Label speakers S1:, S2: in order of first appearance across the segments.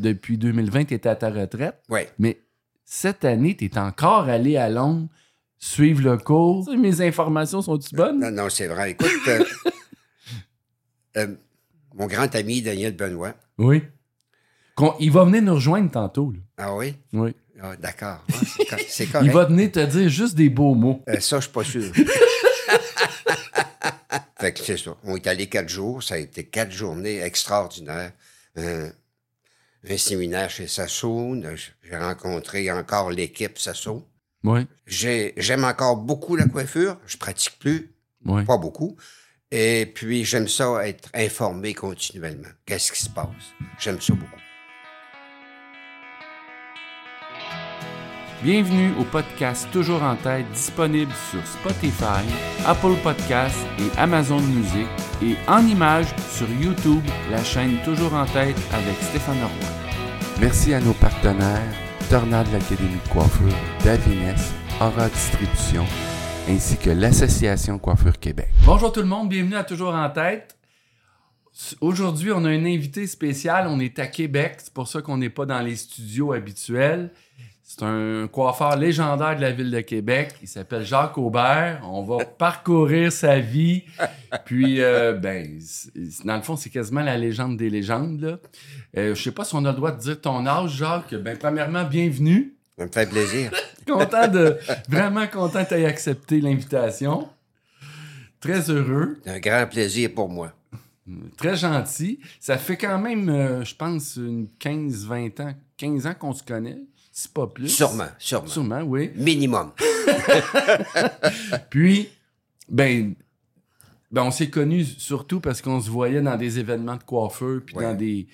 S1: depuis 2020, tu étais à ta retraite.
S2: Oui.
S1: Mais cette année, tu es encore allé à Londres suivre le cours. Tu sais, Mes informations sont-tu bonnes?
S2: Euh, Non, non, c'est vrai. Écoute, euh, euh, mon grand ami Daniel Benoît.
S1: Oui. Qu'on- il va venir nous rejoindre tantôt. là.
S2: Ah oui?
S1: Oui.
S2: Ah, D'accord. Ah, c'est cor- c'est correct.
S1: Il va venir te dire juste des beaux mots.
S2: Euh, ça, je suis pas sûr. fait que c'est ça. On est allé quatre jours. Ça a été quatre journées extraordinaires. Un, un séminaire chez Sasso. J'ai rencontré encore l'équipe Sasso.
S1: Oui.
S2: J'ai- J'aime encore beaucoup la coiffure. Je pratique plus,
S1: Oui.
S2: pas beaucoup. Et puis, j'aime ça être informé continuellement. Qu'est-ce qui se passe? J'aime ça beaucoup.
S1: Bienvenue au podcast Toujours en tête disponible sur Spotify, Apple Podcasts et Amazon Music et en images sur YouTube, la chaîne Toujours en tête avec Stéphane Roy. Merci à nos partenaires Tornade l'Académie de coiffure, Davines, Aura Distribution ainsi que l'Association Coiffure Québec. Bonjour tout le monde, bienvenue à Toujours en tête. Aujourd'hui, on a un invité spécial, on est à Québec, c'est pour ça qu'on n'est pas dans les studios habituels. C'est un coiffeur légendaire de la ville de Québec. Il s'appelle Jacques Aubert. On va parcourir sa vie. Puis, euh, ben, c'est- c'est- dans le fond, c'est quasiment la légende des légendes. Là. Euh, je sais pas si on a le droit de dire ton âge, Jacques. Ben, premièrement, bienvenue.
S2: Ça me fait plaisir.
S1: Content de, vraiment content que tu accepté l'invitation. Très heureux,
S2: C'est un grand plaisir pour moi.
S1: très gentil. Ça fait quand même, euh, je pense, une 15-20 ans, 15 ans qu'on se connaît, si pas plus.
S2: Sûrement, sûrement.
S1: Sûrement, oui.
S2: Minimum.
S1: Puis, ben, ben on s'est connus surtout parce qu'on se voyait dans des événements de coiffeur, puis
S2: Ouais.
S1: dans, des,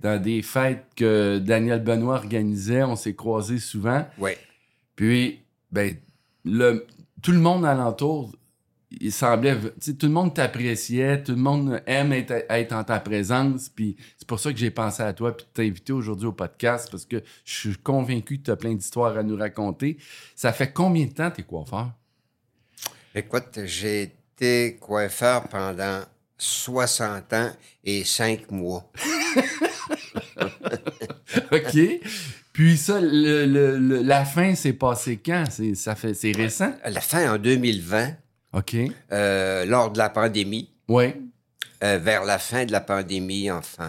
S1: dans des fêtes que Daniel Benoît organisait. On s'est croisés souvent.
S2: Oui.
S1: Puis, ben, le, tout le monde alentour, il semblait. tu sais, Tout le monde t'appréciait, tout le monde aime être, être en ta présence. Puis, c'est pour ça que j'ai pensé à toi, puis de t'inviter aujourd'hui au podcast, parce que je suis convaincu que tu as plein d'histoires à nous raconter. Ça fait combien de temps t'es coiffeur?
S2: Écoute, j'ai été coiffeur pendant 60 ans et 5 mois.
S1: OK. Puis ça, le- le- le- la fin, c'est passé quand? C'est, ça fait, c'est récent?
S2: À la fin, en 2020,
S1: OK.
S2: euh, lors de la pandémie,
S1: Ouais.
S2: euh, vers la fin de la pandémie, enfin,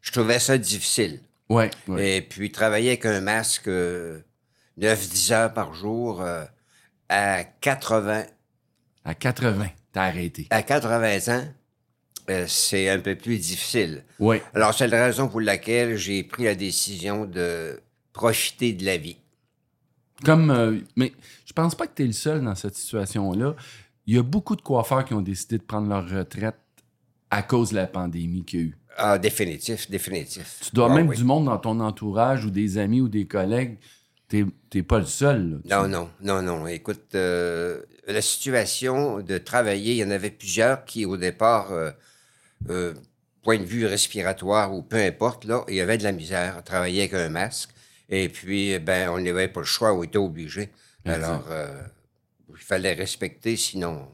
S2: je trouvais ça difficile.
S1: Ouais. ouais.
S2: Et puis, travailler avec un masque 9-10 heures par jour euh, à 80,
S1: À 80, t'as arrêté.
S2: à 80 ans, euh, c'est un peu plus difficile.
S1: Ouais.
S2: Alors, c'est la raison pour laquelle j'ai pris la décision de profiter de la vie.
S1: Comme. euh, mais je pense pas que t'es le seul dans cette situation-là. Il y a beaucoup de coiffeurs qui ont décidé de prendre leur retraite à cause de la pandémie qu'il y a eu.
S2: Ah, définitif, définitif.
S1: Tu dois
S2: Ah,
S1: même
S2: oui.
S1: du monde dans ton entourage ou des amis ou des collègues. T'es, t'es pas le seul. là.
S2: Non, non, non, non. Écoute, euh, la situation de travailler, il y en avait plusieurs qui, au départ, euh, euh, point de vue respiratoire ou peu importe, là, il y avait de la misère à travailler avec un masque. Et puis, ben, on n'avait pas le choix, on était obligé.
S1: Bien
S2: Alors, euh, il fallait respecter, sinon,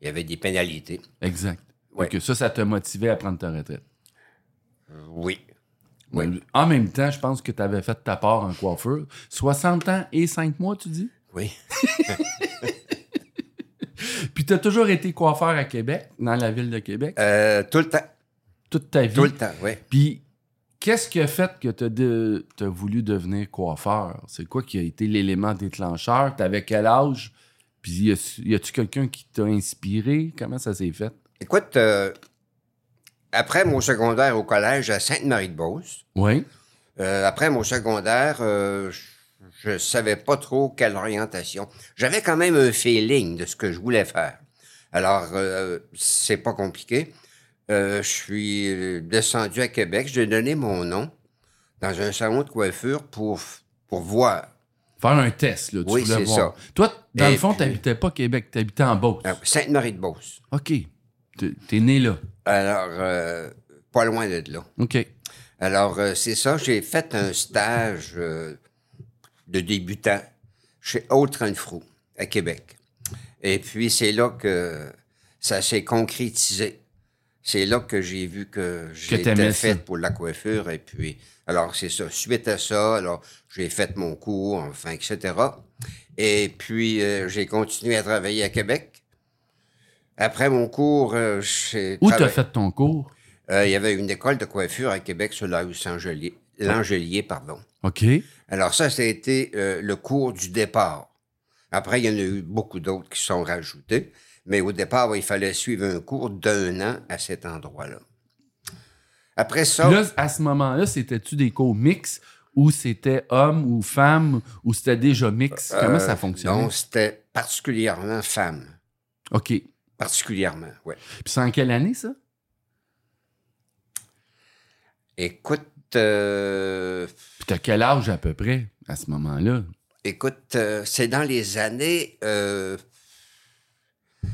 S2: il y avait des pénalités.
S1: Exact.
S2: Ouais.
S1: Fait que ça, ça t'a motivé à prendre ta retraite.
S2: Oui.
S1: Ouais. En même temps, je pense que tu avais fait ta part en coiffeur. 60 ans et 5 mois, tu dis?
S2: Oui.
S1: Puis tu as toujours été coiffeur à Québec, dans la ville de Québec,
S2: Euh, tout le temps.
S1: toute ta vie.
S2: Tout le temps, oui.
S1: Puis qu'est-ce qui a fait que tu as, voulu devenir coiffeur? C'est quoi qui a été l'élément déclencheur? Tu avais quel âge? Puis y a- y a-tu quelqu'un qui t'a inspiré? Comment ça s'est fait?
S2: Écoute, euh, après mon secondaire au collège à Sainte-Marie-de-Beauce,
S1: Oui.
S2: euh, après mon secondaire, euh, je- je savais pas trop quelle orientation. J'avais quand même un feeling de ce que je voulais faire. Alors, euh, c'est pas compliqué. Euh, je suis descendu à Québec, j'ai donné mon nom dans un salon de coiffure pour, pour voir.
S1: Faire un test, là. Tu
S2: Oui,
S1: voulais
S2: c'est
S1: voir. Toi, dans
S2: Et
S1: le fond,
S2: puis-
S1: tu n'habitais pas Québec, tu habitais en Beauce.
S2: Euh, Sainte-Marie-de-Beauce.
S1: OK. Tu es né là.
S2: Alors, euh, pas loin de là.
S1: OK.
S2: Alors, euh, c'est ça, j'ai fait un stage euh, de débutant chez Haute Renfrew, à Québec. Et puis, c'est là que ça s'est concrétisé. C'est là que j'ai vu que
S1: t'aimais
S2: j'étais
S1: ça.
S2: faite pour la coiffure. Et puis, alors, c'est ça. Suite à ça, alors, j'ai fait mon cours, enfin, etc. Et puis, euh, j'ai continué à travailler à Québec. Après mon cours, euh, j'ai
S1: Où t'as
S2: travaillé-
S1: fait ton cours?
S2: euh, il y avait une école de coiffure à Québec sur la rue Saint-Gelier. L'Angelier, pardon.
S1: OK.
S2: Alors ça, ça a été euh, le cours du départ. Après, il y en a eu beaucoup d'autres qui sont rajoutés. Mais au départ, il fallait suivre un cours d'un an à cet endroit-là. Après ça,
S1: Là, à ce moment-là, c'était-tu des cours mix ou c'était homme ou femme ou c'était déjà mix? Comment ça
S2: euh,
S1: fonctionnait?
S2: non, c'était particulièrement femme.
S1: OK. Puis
S2: Particulièrement, oui.
S1: c'est en quelle année, ça?
S2: Écoute, euh,
S1: Puis t'as quel âge à peu près à ce moment-là?
S2: Écoute, euh, c'est dans les années. euh, euh,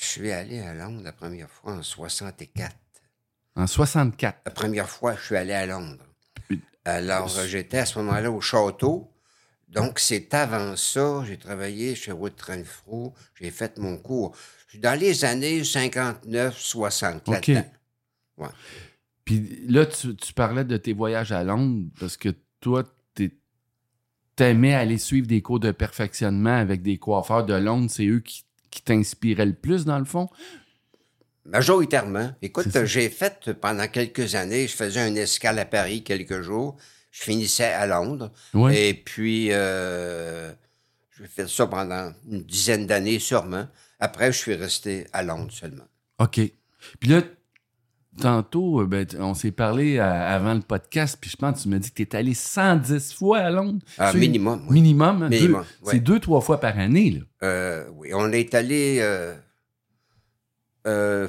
S2: je suis allé à Londres la première fois en 64.
S1: En 64.
S2: La première fois, je suis allé à Londres.
S1: Puis-
S2: Alors, euh, j'étais à ce moment-là au château. Donc, c'est avant ça, j'ai travaillé chez Wood Renfrew, j'ai fait mon cours. Je suis Dans les années 59-60,
S1: OK.
S2: là-dedans.
S1: Puis là, tu, tu parlais de tes voyages à Londres parce que toi, t'es- t'aimais aller suivre des cours de perfectionnement avec des coiffeurs de Londres. C'est eux qui, qui t'inspiraient le plus, dans le fond.
S2: Majoritairement. Écoute,
S1: C'est ça.
S2: j'ai fait pendant quelques années, je faisais une escale à Paris quelques jours, je finissais à Londres.
S1: Oui.
S2: Et puis, euh, j'ai fait ça pendant une dizaine d'années sûrement. Après, je suis resté à Londres seulement.
S1: OK. Puis là, tantôt, euh, ben, t- on s'est parlé à- avant le podcast, puis je pense que tu m'as dit que tu es allé 110 fois à Londres.
S2: Ah,
S1: Tu-
S2: minimum, oui.
S1: Minimum. hein,
S2: Minimum,
S1: deux-
S2: ouais.
S1: C'est deux, trois fois par année. Là.
S2: Euh, oui, on est allé... euh, euh,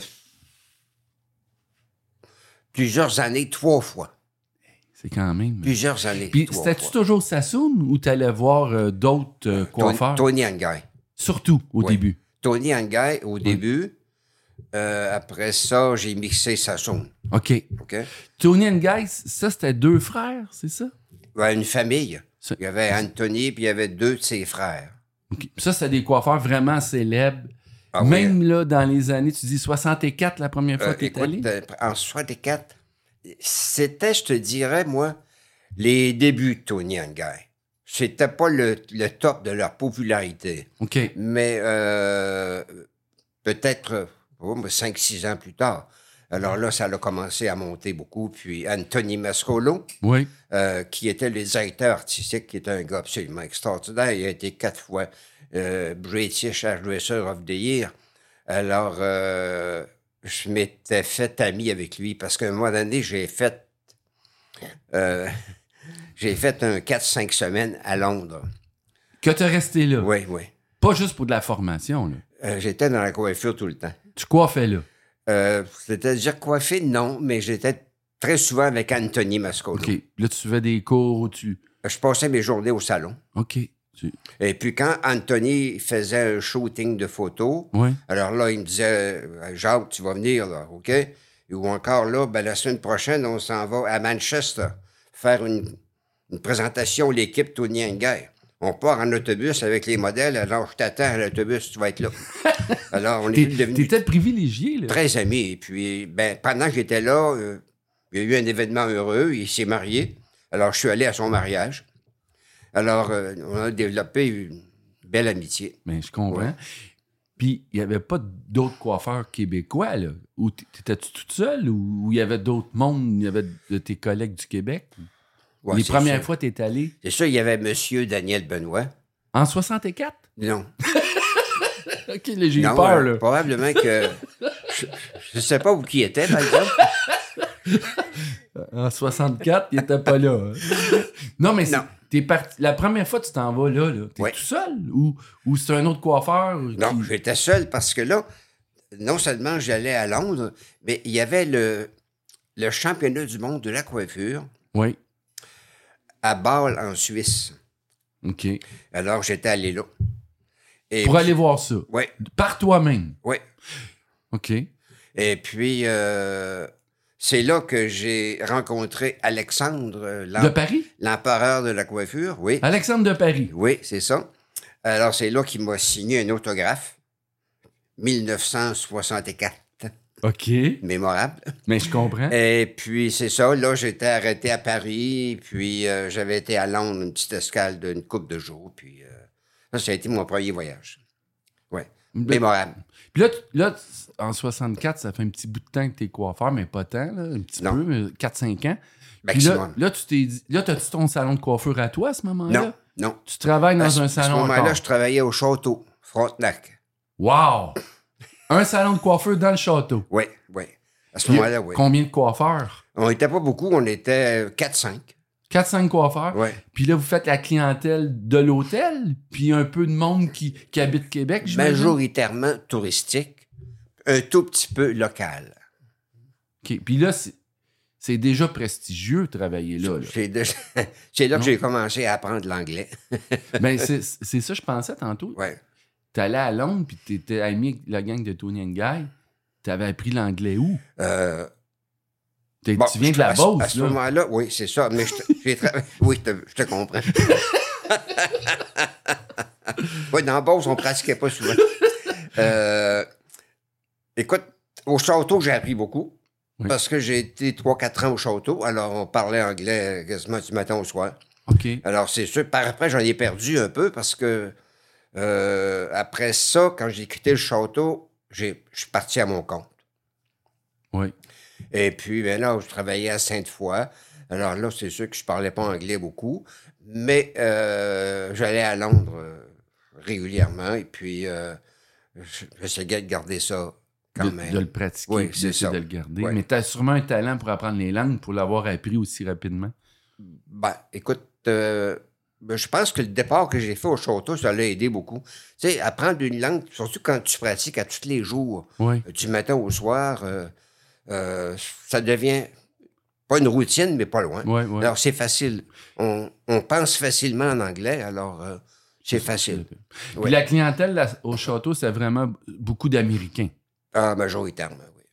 S2: plusieurs années, trois fois.
S1: C'est quand même. Puis,
S2: Plusieurs années, trois
S1: c'était-tu
S2: fois.
S1: toujours Sassoon ou t'allais voir euh, d'autres euh, coiffeurs?
S2: Tony, Tony Hanguin.
S1: Surtout au
S2: Ouais.
S1: début.
S2: Tony Hanguin, au début. Euh, après ça, j'ai mixé Sassoon,
S1: OK.
S2: OK?
S1: Tony and Guys, ça, c'était deux frères, c'est ça?
S2: Ouais, une famille.
S1: C'est-
S2: Il y avait Anthony, puis il y avait deux de ses frères.
S1: OK. Ça, c'était des coiffeurs vraiment célèbres.
S2: Ah oui,
S1: Même là, dans les années, tu dis 64 la première fois
S2: Euh,
S1: que t'es
S2: écoute,
S1: allé.
S2: euh, en 64, c'était, je te dirais, moi, les débuts de Tony Hanguin. C'était pas le, le top de leur popularité.
S1: OK.
S2: Mais euh, peut-être oh, 5-6 ans plus tard. Alors là, ça a commencé à monter beaucoup. Puis Anthony Mascolo,
S1: Oui.
S2: euh, qui était le directeur artistique, qui était un gars absolument extraordinaire. Il a été quatre fois euh, British Hairdresser of the Year. Alors, euh, je m'étais fait ami avec lui parce qu'à un moment donné, j'ai fait, euh, j'ai fait un 4-5 semaines à Londres.
S1: Que t'es resté là.
S2: Oui, oui.
S1: Pas juste pour de la formation, là.
S2: Euh, j'étais dans la coiffure tout le temps.
S1: Tu coiffais là.
S2: Euh, c'est-à-dire coiffé, non, mais j'étais très souvent avec Anthony Mascolo.
S1: OK. Là, tu fais des cours où tu.
S2: Je passais mes journées au salon.
S1: OK. Tu...
S2: Et puis quand Anthony faisait un shooting de photos,
S1: Ouais.
S2: alors là, il me disait euh, Jacques, tu vas venir là, OK? Ou encore là, ben, la semaine prochaine, on s'en va à Manchester faire une, une présentation, l'équipe Tony Guerre. On part en autobus avec les modèles, alors je t'attends à l'autobus, tu vas être là. alors on est
S1: T'es-
S2: devenus
S1: T'étais privilégié, là.
S2: très amis. Et puis, ben, pendant que j'étais là, euh, il y a eu un événement heureux. Il s'est marié. Alors, je suis allé à son mariage. Alors, euh, on a développé une belle amitié.
S1: Mais je comprends.
S2: Ouais.
S1: Puis, il n'y avait pas d'autres coiffeurs québécois, là. Ou t- t'étais-tu toute seule ou ou il y avait d'autres mondes, il y avait de tes collègues du Québec?
S2: Ouais,
S1: les
S2: c'est
S1: premières
S2: sûr.
S1: fois, t'es allé
S2: C'est sûr, il y avait Monsieur Daniel Benoît.
S1: en 64?
S2: Non.
S1: OK, là, j'ai eu
S2: non,
S1: peur,
S2: euh,
S1: là.
S2: Probablement que. je ne sais pas où qui était, par exemple.
S1: En 64, il était pas là. hein. non, mais c'est-
S2: Non.
S1: t'es parti. La première fois, tu t'en vas là, là. T'es
S2: Ouais.
S1: tout seul ou, ou c'est un autre coiffeur?
S2: Non,
S1: qui-
S2: j'étais seul parce que là, non seulement j'allais à Londres, mais il y avait le, le championnat du monde de la coiffure
S1: Oui.
S2: à Bâle, en Suisse.
S1: OK.
S2: Alors, j'étais allé là. Et
S1: Pour aller voir ça.
S2: Oui,
S1: Par toi-même.
S2: oui.
S1: OK.
S2: Et puis, euh, c'est là que j'ai rencontré Alexandre, euh, l'em-
S1: De Paris?
S2: l'empereur de la coiffure, oui.
S1: Alexandre de Paris.
S2: Oui, c'est ça. Alors, c'est là qu'il m'a signé un autographe, 1964.
S1: OK. Eh,
S2: mémorable.
S1: Mais je comprends.
S2: Et puis, c'est ça. Là, j'étais arrêté à Paris, puis euh, j'avais été à Londres, une petite escale d'une coupe de jours, puis euh, ça, ça a été mon premier voyage. Oui, mémorable.
S1: Puis là, tu- là, tu- en 64, ça fait un petit bout de temps que t'es coiffeur, mais pas tant, là, un petit
S2: Non.
S1: peu, mais 4-5 ans. Puis là,
S2: Maximum.
S1: là, tu t'es dit, là, t'as-tu ton salon de coiffure à toi à ce moment-là?
S2: non, non.
S1: Tu travailles dans
S2: À ce-
S1: un
S2: À ce
S1: salon
S2: moment-là,
S1: encore.
S2: je travaillais au château, Frontenac.
S1: Wow! un salon de coiffeur dans le château.
S2: Oui, oui. À ce
S1: Puis,
S2: moment-là, oui.
S1: Combien de coiffeurs?
S2: On n'était pas beaucoup, on était euh, 4-5.
S1: 4-5 coiffeurs.
S2: Oui.
S1: Puis là, vous faites la clientèle de l'hôtel, puis un peu de monde qui, qui habite Québec,
S2: Ben,
S1: j'imagine.
S2: Majoritairement touristique, un tout petit peu local.
S1: OK. Puis là, c'est c'est déjà prestigieux de travailler là. là.
S2: C'est de- c'est là
S1: Non.
S2: que j'ai commencé à apprendre l'anglais.
S1: Ben, c'est c'est ça, je pensais tantôt.
S2: Ouais.
S1: T'allais à Londres, puis t'étais ami avec la gang de Tony and Guy. T'avais appris l'anglais où?
S2: Euh,
S1: T'es-
S2: Bon,
S1: tu viens de la
S2: à ce- À
S1: Beauce,
S2: ce
S1: là.
S2: moment-là, oui, c'est ça. Mais je te, j'ai tra- oui, je te, je te comprends. oui, dans Beauce, on pratiquait pas souvent. Euh, écoute, au château, j'ai appris beaucoup.
S1: Oui.
S2: Parce que j'ai été 3-4 ans au château, alors on parlait anglais quasiment du matin au soir.
S1: OK.
S2: Alors c'est sûr, par après, j'en ai perdu un peu parce que euh, après ça, quand j'ai quitté le château, j'ai- je suis parti à mon compte.
S1: Oui.
S2: Et puis, ben là, je travaillais à Sainte-Foy. Alors là, c'est sûr que je parlais pas anglais beaucoup, mais euh, j'allais à Londres euh, régulièrement. Et puis, euh, je- j'essayais de garder ça quand
S1: De,
S2: même.
S1: de le pratiquer,
S2: Oui,
S1: puis
S2: c'est
S1: d'essayer
S2: ça.
S1: de le garder.
S2: Ouais.
S1: Mais t'as sûrement un talent pour apprendre les langues, pour l'avoir appris aussi rapidement.
S2: Ben, écoute, euh, ben, je pense que le départ que j'ai fait au château, ça l'a aidé beaucoup. Tu sais, apprendre une langue, surtout quand tu pratiques à tous les jours, euh,
S1: Oui.
S2: du matin au soir, euh, euh, ça devient pas une routine, mais pas loin.
S1: Oui, oui.
S2: Alors, c'est facile. On, on pense facilement en anglais, alors euh, c'est facile.
S1: Puis
S2: Ouais.
S1: la clientèle là, au château, c'est vraiment beaucoup d'Américains.
S2: Ah, majoritairement, oui.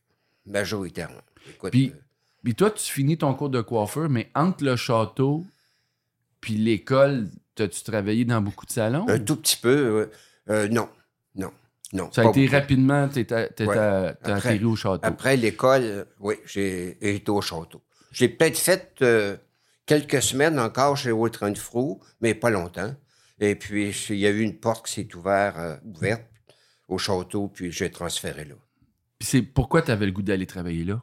S2: Majoritairement. Écoute,
S1: Puis-
S2: euh,
S1: Puis toi, tu finis ton cours de coiffeur, mais entre le château puis l'école, t'as-tu travaillé dans beaucoup de salons?
S2: un tout petit peu. euh, euh, non, non, non.
S1: Ça a
S2: pas
S1: été
S2: beaucoup.
S1: rapidement, t'es à- t'es
S2: Ouais.
S1: à- t'as
S2: Après-
S1: atterri au château.
S2: Après l'école, euh, oui, j'ai j'ai été au château. J'ai peut-être fait euh, quelques semaines encore chez Autran de Frou, mais pas longtemps. Et puis, il y a eu une porte qui s'est ouverte, euh, ouverte au château, puis j'ai transféré là.
S1: Puis c'est pourquoi t'avais le goût d'aller travailler là?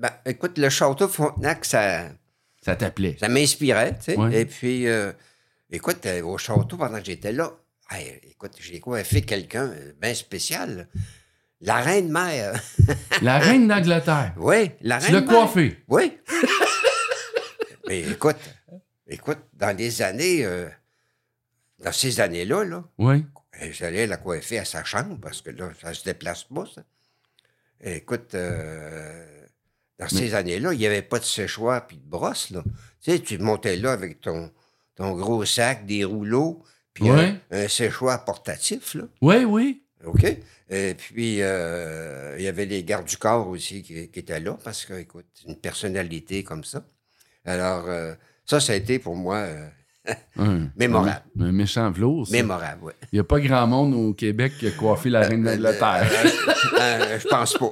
S2: Ben, écoute, le château Frontenac, ça,
S1: Ça t'appelait.
S2: ça m'inspirait, tu sais.
S1: Ouais.
S2: Et puis, euh, écoute, euh, au château, pendant que j'étais là, hey, écoute, j'ai découvert fait quelqu'un euh, bien spécial. La reine mère.
S1: La reine d'Angleterre.
S2: oui, la
S1: Tu
S2: reine
S1: l'as
S2: mère.
S1: coiffé.
S2: Oui. Mais écoute, écoute, dans les années, euh, dans ces années-là, là,
S1: Oui.
S2: euh, j'allais la coiffer à sa chambre parce que là, ça se déplace pas, ça. Et écoute, euh, dans ces années-là, il n'y avait pas de séchoir puis de brosse, là. Tu sais, tu montais là avec ton, ton gros sac, des rouleaux, puis
S1: Ouais.
S2: un, un séchoir portatif, là.
S1: Oui, oui.
S2: OK? Et puis, euh, il y avait les gardes du corps aussi qui, qui étaient là parce que, écoute, une personnalité comme ça. Alors, euh, ça, ça a été pour moi euh,
S1: Un-
S2: Mémorable.
S1: Un, un méchant velours. Il
S2: mémorable, ouais.
S1: n'y a pas grand monde au Québec qui a coiffé la reine d'Angleterre.
S2: Euh, je pense pas.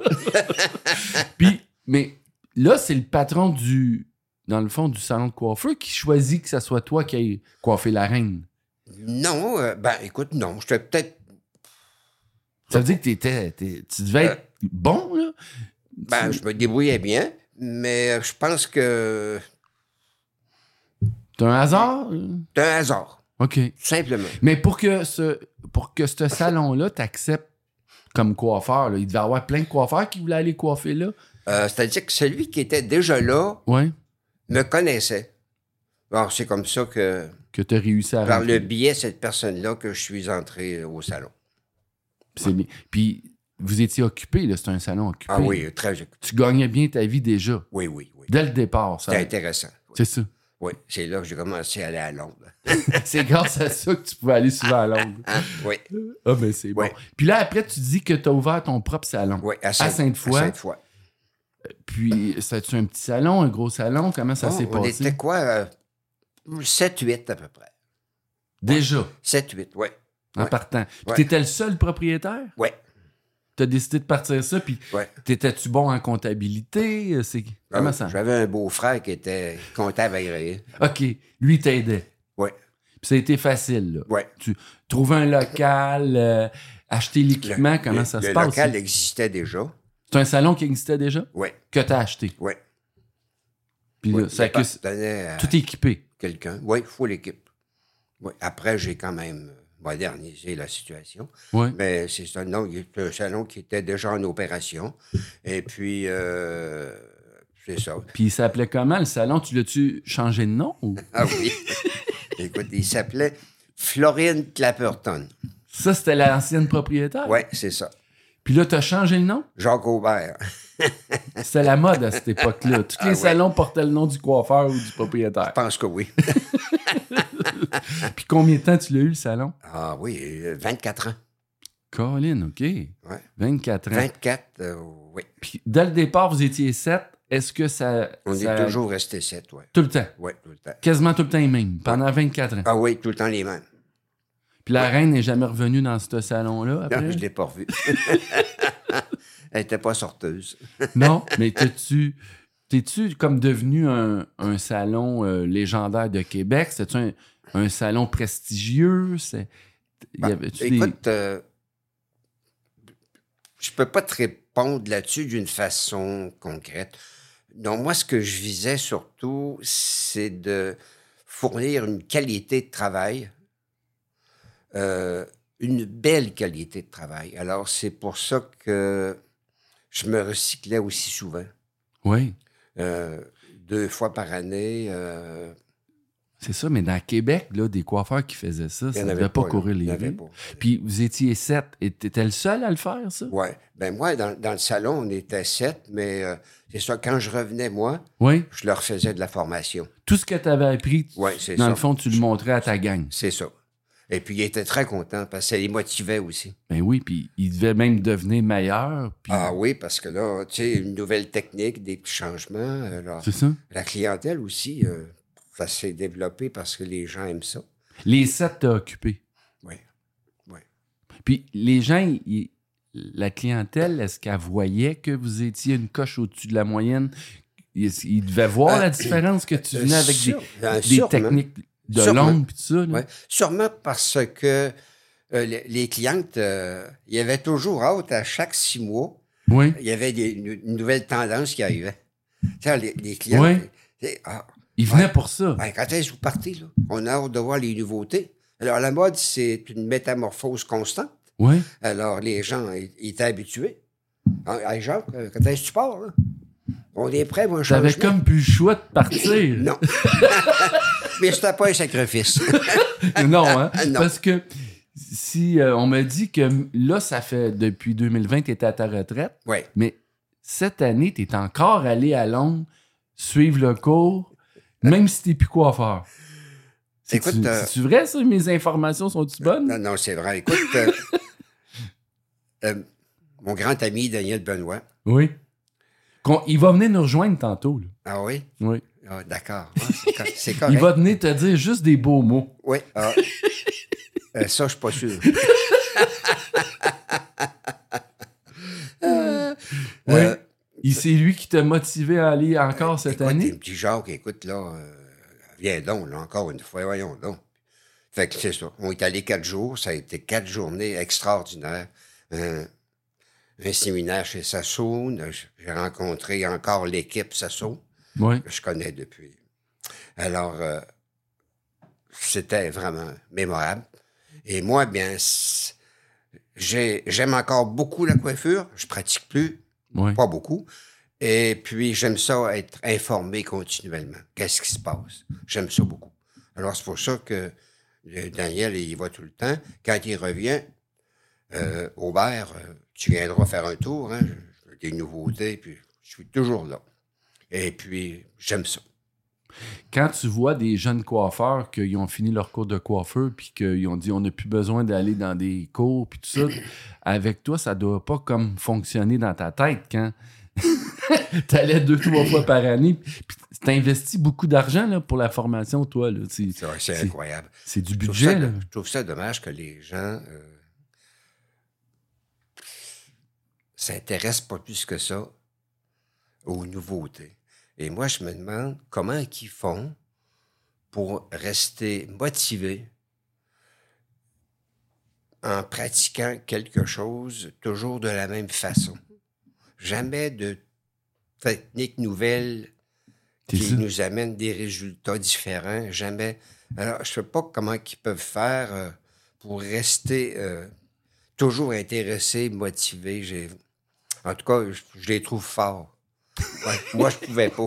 S1: Puis, mais là, c'est le patron du, dans le fond, du salon de coiffeur qui choisit que ça soit toi qui aille coiffer la reine.
S2: non, euh, ben, écoute, non. J'étais peut-être.
S1: Ça veut dire que t'étais- t'es- tu devais
S2: Euh.
S1: être bon, là?
S2: Ben, je me débrouillais bien, mais euh, je pense que
S1: C'est un hasard? euh?
S2: c'est un hasard,
S1: OK.
S2: tout simplement.
S1: Mais pour que ce, pour que ce salon-là t'accepte comme coiffeur, là, il devait y avoir plein de coiffeurs qui voulaient aller coiffer là.
S2: Euh, C'est-à-dire que celui qui était déjà là
S1: Ouais.
S2: me connaissait. Alors, c'est comme ça que,
S1: Que t'as réussi à
S2: par
S1: rentrer.
S2: le biais de cette personne-là, que je suis entré au salon.
S1: Puis c'est bien. Puis vous étiez occupé, là. C'était un salon occupé.
S2: Ah oui, très occupé.
S1: Tu gagnais bien ta vie déjà.
S2: Oui, oui, oui.
S1: Dès le départ, ça.
S2: C'était intéressant.
S1: C'est ça.
S2: Oui, c'est là que j'ai commencé à aller à Londres.
S1: C'est grâce à ça que tu pouvais aller souvent à Londres.
S2: Hein? Oui,
S1: Ah, ben c'est bon.
S2: Ouais.
S1: Puis là, après, tu dis que tu as ouvert ton propre salon.
S2: oui, à,
S1: Sainte-Foy.
S2: à Sainte-Foy.
S1: Puis, c'était un petit salon, un gros salon? Comment ça
S2: Oh,
S1: s'est
S2: On
S1: passé?
S2: était quoi? euh, 7-8 à peu près.
S1: Déjà,
S2: 7-8, oui.
S1: en
S2: Ouais.
S1: partant. Puis,
S2: Ouais.
S1: tu étais le seul propriétaire?
S2: Oui.
S1: t'as décidé de partir ça, puis
S2: Ouais. Ah
S1: t'étais-tu bon en comptabilité? Euh, C'est... Comment ça?
S2: J'avais un beau-frère qui était comptable agréé.
S1: OK, lui t'aidait.
S2: Ouais.
S1: Puis ça a été facile, là.
S2: Ouais.
S1: Tu trouves un local, euh, acheter l'équipement,
S2: Le-
S1: comment ça
S2: le
S1: se passe?
S2: local existait déjà.
S1: C'est un salon qui existait déjà,
S2: Oui,
S1: que t'as acheté.
S2: oui.
S1: Puis là, ça que c'est-
S2: à
S1: tout est équipé.
S2: quelqu'un. Oui, faut l'équipe. Oui. Après, j'ai quand même euh, modernisé la situation.
S1: Ouais.
S2: Mais c'est un, non, c'est un salon qui était déjà en opération. Et puis, euh, c'est ça.
S1: Puis il s'appelait comment, le salon? Tu l'as-tu changé de nom? ou-
S2: Ah oui. Écoute, il s'appelait Florine Clapperton.
S1: Ça, c'était l'ancienne propriétaire?
S2: Oui, c'est ça.
S1: Puis là, t'as changé le nom?
S2: Jacques Aubert.
S1: C'était la mode à cette époque-là. Tous les
S2: ouais.
S1: salons portaient le nom du coiffeur ou du propriétaire.
S2: Je pense que oui.
S1: Puis combien de temps tu l'as eu, le salon?
S2: Ah oui, euh, 24 ans.
S1: Colin, OK.
S2: Ouais.
S1: 24 ans.
S2: 24, euh, oui.
S1: Puis dès le départ, vous étiez sept. Est-ce que ça.
S2: On
S1: ça-
S2: est toujours resté sept, oui.
S1: Tout le temps.
S2: Oui, tout le temps.
S1: Quasiment tout le temps les mêmes, pendant 24 ans.
S2: Ah oui, tout le temps les mêmes.
S1: Puis la reine n'est jamais revenue dans ce salon-là
S2: Non,
S1: après?
S2: je ne l'ai pas revue. Elle n'était pas sorteuse.
S1: Non, mais t'es-tu, t'es-tu comme devenu un, un salon euh, légendaire de Québec? C'est-tu un, un salon prestigieux? C'est, y
S2: Bon,
S1: avait-tu des-
S2: Bah, Écoute, euh, je peux pas te répondre là-dessus d'une façon concrète. Donc, moi, ce que je visais surtout, c'est de fournir une qualité de travail, euh, une belle qualité de travail. Alors, c'est pour ça que je me recyclais aussi souvent.
S1: Oui,
S2: Euh, deux fois par année, euh,
S1: c'est ça, mais dans Québec, là, des coiffeurs qui faisaient ça,
S2: il
S1: ça
S2: y en
S1: ne
S2: avait
S1: devait pas
S2: là.
S1: courir
S2: Il y en
S1: les
S2: avait
S1: rues.
S2: pas.
S1: Puis vous étiez sept, et t'étais le seul à le faire, ça?
S2: Oui. Ben moi, dans, dans le salon, on était sept, mais euh, c'est ça, quand je revenais, moi,
S1: Oui.
S2: je leur faisais de la formation.
S1: Tout ce que t'avais appris, tu-
S2: Ouais, c'est
S1: dans
S2: ça.
S1: le fond, tu le montrais à ta gang.
S2: C'est ça. Et puis, ils étaient très contents parce que ça les motivait aussi.
S1: Ben oui, puis ils devaient même devenir meilleurs. puis-
S2: Ah oui, parce que là, tu sais, une nouvelle technique, des petits changements. euh, là.
S1: C'est ça?
S2: la clientèle aussi, euh, ça s'est développé parce que les gens aiment ça.
S1: Les sept t'as occupé.
S2: Oui.
S1: Puis les gens, ils- la clientèle, est-ce qu'elle voyait que vous étiez une coche au-dessus de la moyenne? Ils, ils devaient voir la différence que tu venais avec des,
S2: Euh, Sûr- euh,
S1: des
S2: sûrement.
S1: techniques de
S2: Sûrement.
S1: langue puis tout ça. là.
S2: Ouais. Sûrement parce que euh, les, les clientes, euh, il y avait toujours hâte à chaque six mois
S1: Oui.
S2: il y avait des, une, une nouvelle tendance qui arrivait. Tu sais, les, les clients.
S1: Ouais.
S2: tu sais, ah,
S1: Ils venaient pour ça.
S2: ben, quand est-ce que vous partez, là? On a hâte de voir les nouveautés. Alors, la mode, c'est une métamorphose constante.
S1: Oui.
S2: Alors, les gens é- étaient habitués. Ah, hey, Jacques, euh, quand est-ce que tu pars, là? On est prêt, moi, je
S1: J'avais comme plus le choix de partir.
S2: Non. Mais c'était pas un sacrifice.
S1: Non, hein?
S2: Ah, non.
S1: Parce que si euh, on me dit que là, ça fait depuis 2020, tu étais à ta retraite,
S2: oui.
S1: mais cette année, tu es encore allé à Londres suivre le cours, même si tu plus coiffeur. C'est-tu
S2: Euh. Écoute, euh,
S1: c'est-tu vrai, ça? Mes informations sont-tu bonnes?
S2: Non, non, c'est vrai. Écoute, euh, euh, mon grand ami Daniel Benoît.
S1: Oui. Qu'on- il va venir nous rejoindre tantôt. là.
S2: Ah oui?
S1: Oui.
S2: Ah, D'accord. Ah, c'est cor- c'est correct.
S1: Il va venir te dire juste des beaux mots.
S2: Oui. ah. Euh, ça, je suis pas sûr. Euh,
S1: Oui.
S2: euh,
S1: Il- C'est lui qui t'a motivé à aller encore oh, cette
S2: écoute,
S1: année?
S2: un petit Jacques, écoute, là, euh, viens donc, là, encore une fois, voyons donc. Fait que c'est ça. On est allé quatre jours, ça a été quatre journées extraordinaires. Un, un séminaire chez Sassoon, j'ai rencontré encore l'équipe Sassoon.
S1: Oui.
S2: que je connais depuis. Alors, euh, c'était vraiment mémorable. Et moi, bien, c- j'ai- j'aime encore beaucoup la coiffure. Je pratique plus,
S1: Oui.
S2: pas beaucoup. Et puis, j'aime ça être informé continuellement. Qu'est-ce qui se passe? J'aime ça beaucoup. Alors, c'est pour ça que euh, Daniel, il y va tout le temps. Quand il revient, euh, Aubert, euh, tu viendras faire un tour. Hein? Je- j'ai Des nouveautés, puis je suis toujours là. Et puis, j'aime ça.
S1: quand tu vois des jeunes coiffeurs qui ont fini leur cours de coiffeur puis qu'ils ont dit on n'a plus besoin d'aller dans des cours puis tout ça, avec toi, ça doit pas comme fonctionner dans ta tête quand t'allais deux, trois fois par année. Puis t'investis beaucoup d'argent là, pour la formation, toi. Là. C'est,
S2: C'est vrai, C'est
S1: c'est-
S2: incroyable.
S1: c'est du
S2: Je trouve, ça,
S1: budget. là.
S2: je trouve ça dommage que les gens. euh, s'intéresse pas plus que ça aux nouveautés. Et moi, je me demande comment ils font pour rester motivés en pratiquant quelque chose toujours de la même façon. Jamais de technique nouvelle
S1: C'est
S2: qui
S1: ça.
S2: nous amène des résultats différents. Jamais. Alors, je ne sais pas comment ils peuvent faire euh, pour rester euh, toujours intéressés, motivés. J'ai- En tout cas, je, je les trouve forts. Ouais, moi, je pouvais pas.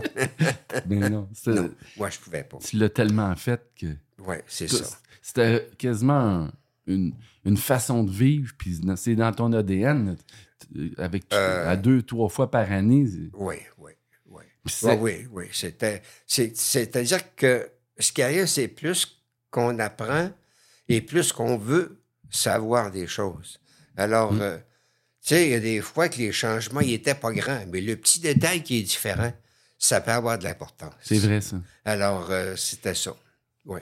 S1: Ben non, c'est-
S2: Non, moi, je pouvais pas.
S1: tu l'as tellement fait que
S2: Oui, c'est
S1: Tout-
S2: ça.
S1: c'était quasiment un- une, une façon de vivre, puis dans- c'est dans ton ADN, t- avec t-
S2: Euh.
S1: à deux, trois fois par année. c'est-
S2: Oui, oui, oui.
S1: puis c'est-
S2: Oui, oui, oui. C'était, c'est, c'est-à-dire que ce qui arrive, c'est plus qu'on apprend et plus qu'on veut savoir des choses. Alors,
S1: Hmm.
S2: euh, tu sais, il y a des fois que les changements n'étaient pas grands, mais le petit détail qui est différent, ça peut avoir de l'importance.
S1: c'est vrai ça.
S2: Alors, euh, c'était ça. Oui.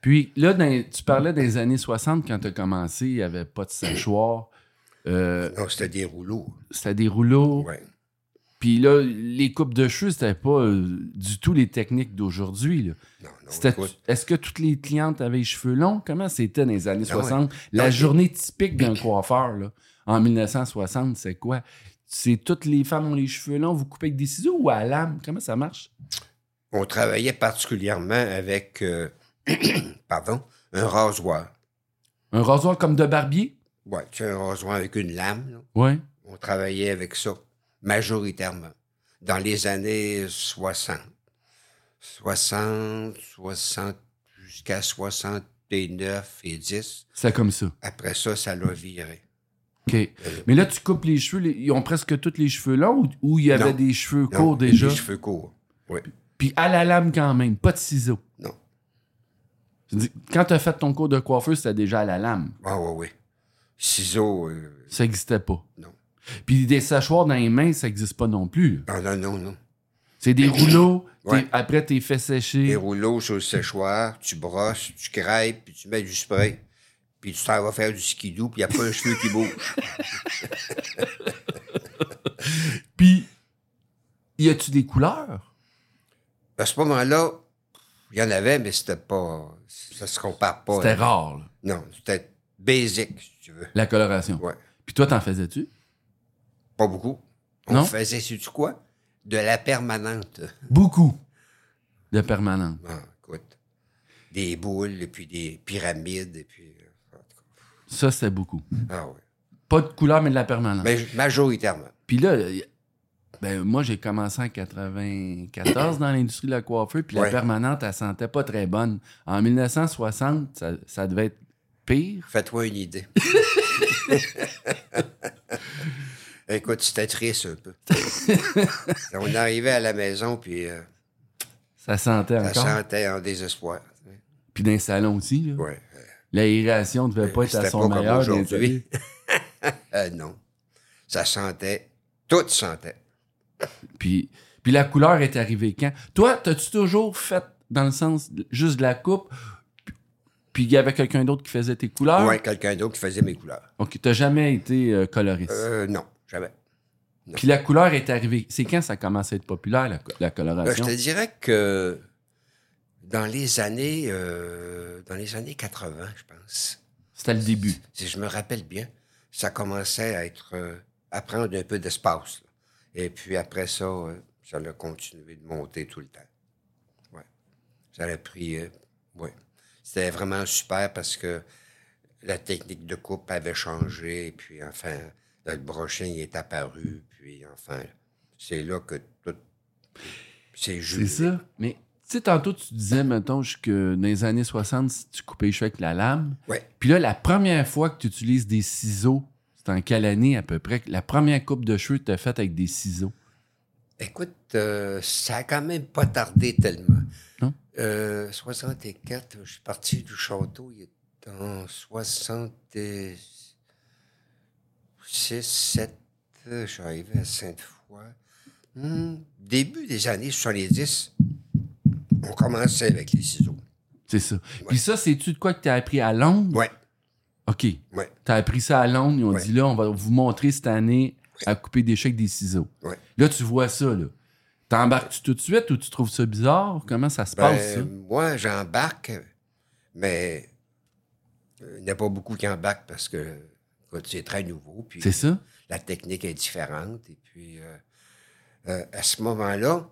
S1: Puis là, dans- tu parlais des années 60 quand tu as commencé, il n'y avait pas de séchoir. Euh,
S2: Non, c'était des rouleaux.
S1: c'était des rouleaux.
S2: Ouais.
S1: Puis là, les coupes de cheveux, c'était pas euh, du tout les techniques d'aujourd'hui. là.
S2: Non, non,
S1: C'était-
S2: écoute,
S1: Est-ce que toutes les clientes avaient les cheveux longs? Comment c'était dans les années
S2: Ah ouais.
S1: 60? La
S2: Non,
S1: journée typique d'un coiffeur, là, en 1960, c'est quoi? C'est toutes les femmes ont les cheveux longs, vous coupez avec des ciseaux ou à lame? Comment ça marche?
S2: on travaillait particulièrement avec, euh, pardon, un rasoir.
S1: Un rasoir comme de barbier?
S2: Oui, tu sais, un rasoir avec une lame, là.
S1: Ouais.
S2: On travaillait avec ça, majoritairement, dans les années 60. 60, 60, jusqu'à 69 et 10.
S1: C'est comme ça.
S2: Après ça, ça l'a viré. Euh,
S1: OK. Mais là, tu coupes les cheveux, les- ils ont presque tous les cheveux longs ou, ou il y avait
S2: Non.
S1: des cheveux
S2: Non,
S1: courts déjà?
S2: Les cheveux courts. Oui.
S1: Puis à la lame quand même, pas de ciseaux.
S2: Non.
S1: Je dis, Quand tu as fait ton cours de coiffeur, c'était déjà à la lame.
S2: Ah, oui, oui. Ciseaux. euh,
S1: Ça n'existait pas.
S2: Non.
S1: Puis des sachoirs dans les mains, ça n'existe pas non plus. là.
S2: non, non, non, non.
S1: C'est des rouleaux, t'es-
S2: Ben, Ouais.
S1: après t'es fait
S2: Des
S1: sécher.
S2: rouleaux sur le séchoir, tu brosses, tu crêpes, puis tu mets du spray. Puis tu t'en vas faire du skidoo, puis il n'y a pas un cheveu qui bouge.
S1: Puis, y a-tu des couleurs?
S2: À ce moment-là, il y en avait, mais c'était pas. Ça se compare pas.
S1: C'était rare, là,
S2: Non, c'était basic, si tu veux.
S1: la coloration.
S2: Ouais.
S1: Puis toi, t'en faisais-tu?
S2: Pas beaucoup. On
S1: Non?
S2: faisait, sais-tu quoi? De la permanente.
S1: Beaucoup de permanente.
S2: Ah, écoute. Des boules, et puis des pyramides, et puis. euh, en tout
S1: Ça, c'était beaucoup.
S2: cas. Ah oui.
S1: Pas de couleurs, mais de la permanente.
S2: Mais majoritairement.
S1: Puis là, y- ben, moi, j'ai commencé en 94 dans l'industrie de la coiffure, puis la
S2: Ouais.
S1: permanente, elle sentait pas très bonne. En 1960, ça, ça devait être pire.
S2: Fais-toi une idée. écoute, c'était triste un peu. On arrivait à la maison, puis euh,
S1: Ça sentait
S2: ça
S1: encore.
S2: sentait en désespoir.
S1: Puis dans les salons aussi, là,
S2: Ouais.
S1: l'aération devait pas être à
S2: C'était
S1: son
S2: pas comme
S1: meilleur. dans les
S2: aujourd'hui. Euh, non. Ça sentait. Tout sentait.
S1: Puis, puis la couleur est arrivée quand? Toi, t'as-tu toujours fait dans le sens de- juste de la coupe, puis- puis il y avait quelqu'un d'autre qui faisait tes couleurs?
S2: Ouais, quelqu'un d'autre qui faisait mes couleurs.
S1: Donc, t'as jamais été euh, coloriste.
S2: Euh, non, jamais.
S1: Puis la couleur est arrivée. C'est quand ça commence à être populaire, la, co- la
S2: Ben, je
S1: coloration?
S2: te dirais que dans les années, euh, dans les années 80, je pense,
S1: C'était le début.
S2: si je me rappelle bien, ça commençait à être euh, à prendre un peu d'espace. là. Et puis après ça, euh, ça a continué de monter tout le temps. Ouais. Ça a pris. euh, ouais. C'était vraiment super parce que la technique de coupe avait changé. Et puis enfin, le brushing est apparu. Puis enfin, c'est là que tout. C'est
S1: C'est
S2: juste.
S1: ça. Mais tu sais, tantôt, tu disais, mettons, je- que dans les années 60, si tu coupais les cheveux avec la lame.
S2: Ouais.
S1: Puis là, la première fois que tu utilises des ciseaux, c'est en quelle année à peu près? que La première coupe de cheveux que t'as faite avec des ciseaux.
S2: Écoute, euh, ça a quand même pas tardé tellement.
S1: Non?
S2: Euh, 64, je suis parti du château, il est en 66, 7, je suis arrivé à Sainte-Foy. Hmm, début des années 70, on commençait avec les ciseaux.
S1: C'est ça. Puis ça, c'est-tu de quoi que t'as appris à Londres?
S2: Ouais,
S1: OK.
S2: ouais.
S1: T'as appris ça à Londres. Ils ont
S2: Ouais.
S1: dit là, on va vous montrer cette année à couper des chèques des ciseaux.
S2: Ouais.
S1: Là, tu vois ça, là. T'embarques-tu tout de suite ou tu trouves ça bizarre? Comment ça se passe, ça?
S2: Ben, moi, j'embarque, mais euh, il n'y a pas beaucoup qui embarquent parce que écoute, c'est très nouveau. Puis
S1: C'est ça?
S2: la technique est différente. Et puis, euh, euh, à ce moment-là,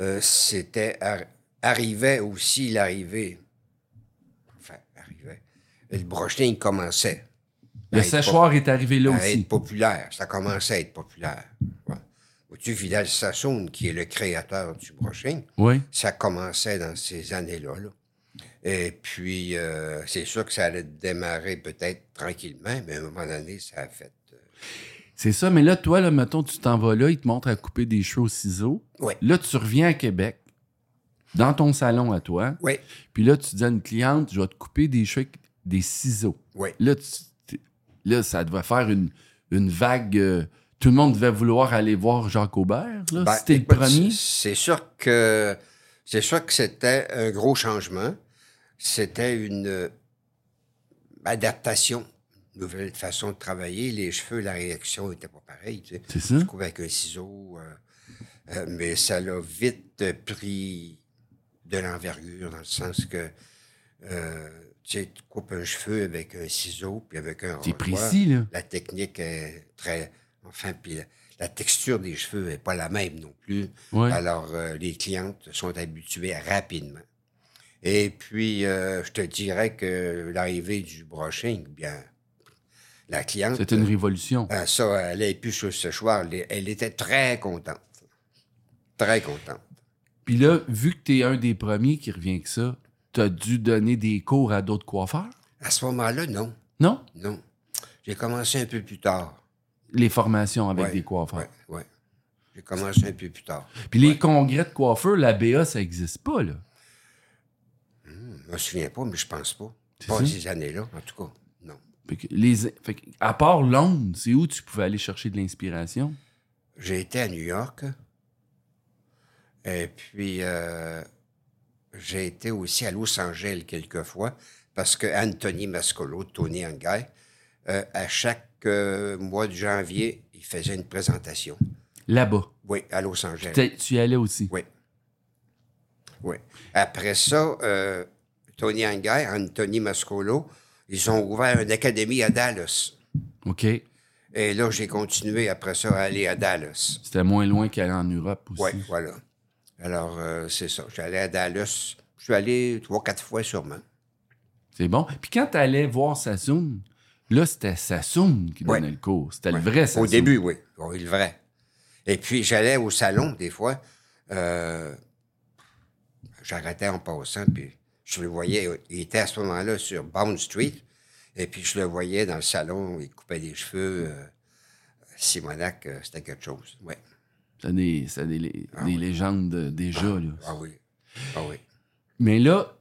S2: euh, c'était ar- arrivait aussi l'arrivée. Enfin, arrivait. Le brochet commençait. à
S1: Le
S2: être pop-
S1: séchoir est arrivé là
S2: à
S1: aussi.
S2: être populaire. Ça commençait à être populaire. Ouais. Au-dessus, Vidal Sassoon, qui est le créateur du brochet,
S1: Oui.
S2: ça commençait dans ces années-là. là. Et puis, euh, c'est sûr que ça allait démarrer peut-être tranquillement, mais à un moment donné, ça a fait. euh,
S1: C'est ça, mais là, toi, là, mettons, tu t'en vas là, ils te montrent à couper des cheveux aux ciseaux.
S2: Oui.
S1: Là, tu reviens à Québec, dans ton salon à toi,
S2: Oui,
S1: puis là, tu dis à une cliente, je vais te couper des cheveux avec des ciseaux.
S2: oui.
S1: Là, tu- t'es- là ça devait faire une, une vague... euh, tout le monde devait vouloir aller voir Jacques Aubert, là,
S2: Ben,
S1: si t'es le
S2: écoute,
S1: premier.
S2: C'est c'est sûr que c'est sûr que c'était un gros changement. C'était une euh, adaptation, nouvelle façon de travailler. Les cheveux, la réaction n'était pas pareille. Tu sais.
S1: C'est ça?
S2: Je trouve avec un ciseau, euh, euh, mais ça l'a vite pris de l'envergure dans le sens que euh, tu sais, tu coupes un cheveu avec un ciseau puis avec un
S1: C'est
S2: rôloir.
S1: précis, là.
S2: La technique est très. Enfin, puis la, la texture des cheveux n'est pas la même non plus.
S1: Ouais.
S2: Alors, euh, les clientes sont habituées rapidement. Et puis, euh, je te dirais que l'arrivée du brushing, bien, la cliente.
S1: C'était une révolution.
S2: euh, ça, elle est plus sur le séchoir. Elle, est- elle était très contente. Très contente.
S1: Puis là, vu que t'es un des premiers qui revient que ça, t'as dû donner des cours à d'autres coiffeurs,
S2: À ce moment-là, non.
S1: non?
S2: Non. J'ai commencé un peu plus tard.
S1: Les formations avec
S2: Ouais,
S1: des coiffeurs.
S2: Oui, oui. J'ai commencé un peu plus tard.
S1: Puis les congrès de coiffeurs, la BA, ça n'existe pas, là.
S2: Hmm, Je me souviens pas, mais je pense pas.
S1: C'est
S2: Pas
S1: ça?
S2: ces années-là, en tout cas. Non.
S1: Fait que les, fait que, à part Londres, c'est où tu pouvais aller chercher de l'inspiration?
S2: J'ai été à New York. Et puis, euh, j'ai été aussi à Los Angeles quelquefois, parce que Anthony Mascolo, Tony Angay, euh, à chaque euh, mois de janvier, il faisait une présentation.
S1: Là-bas.
S2: Oui, à Los Angeles.
S1: T'as- Tu y allais aussi.
S2: Oui. Oui. Après ça, euh, Tony Angay, Anthony Mascolo, ils ont ouvert une académie à Dallas.
S1: OK.
S2: Et là, j'ai continué après ça à aller à Dallas.
S1: C'était moins loin qu'aller en Europe aussi.
S2: Oui, voilà. Alors, euh, c'est ça. J'allais à Dallas. Je suis allé trois, quatre fois sûrement.
S1: C'est bon. Puis quand tu allais voir Sassoon, là, c'était Sassoon qui
S2: Ouais.
S1: donnait le cours. C'était
S2: Ouais.
S1: le vrai Sassoon.
S2: Au début, oui. On est le vrai. Et puis, j'allais au salon, des fois. Euh, J'arrêtais en passant, puis je le voyais. Il était à ce moment-là sur Bond Street. Et puis, je le voyais dans le salon. Il coupait des cheveux. euh, Simonac, euh, c'était quelque chose. Oui.
S1: C'était des, c'était des, des
S2: Ah oui.
S1: légendes euh, déjà, là.
S2: Ah oui. Ah oui.
S1: Mais là,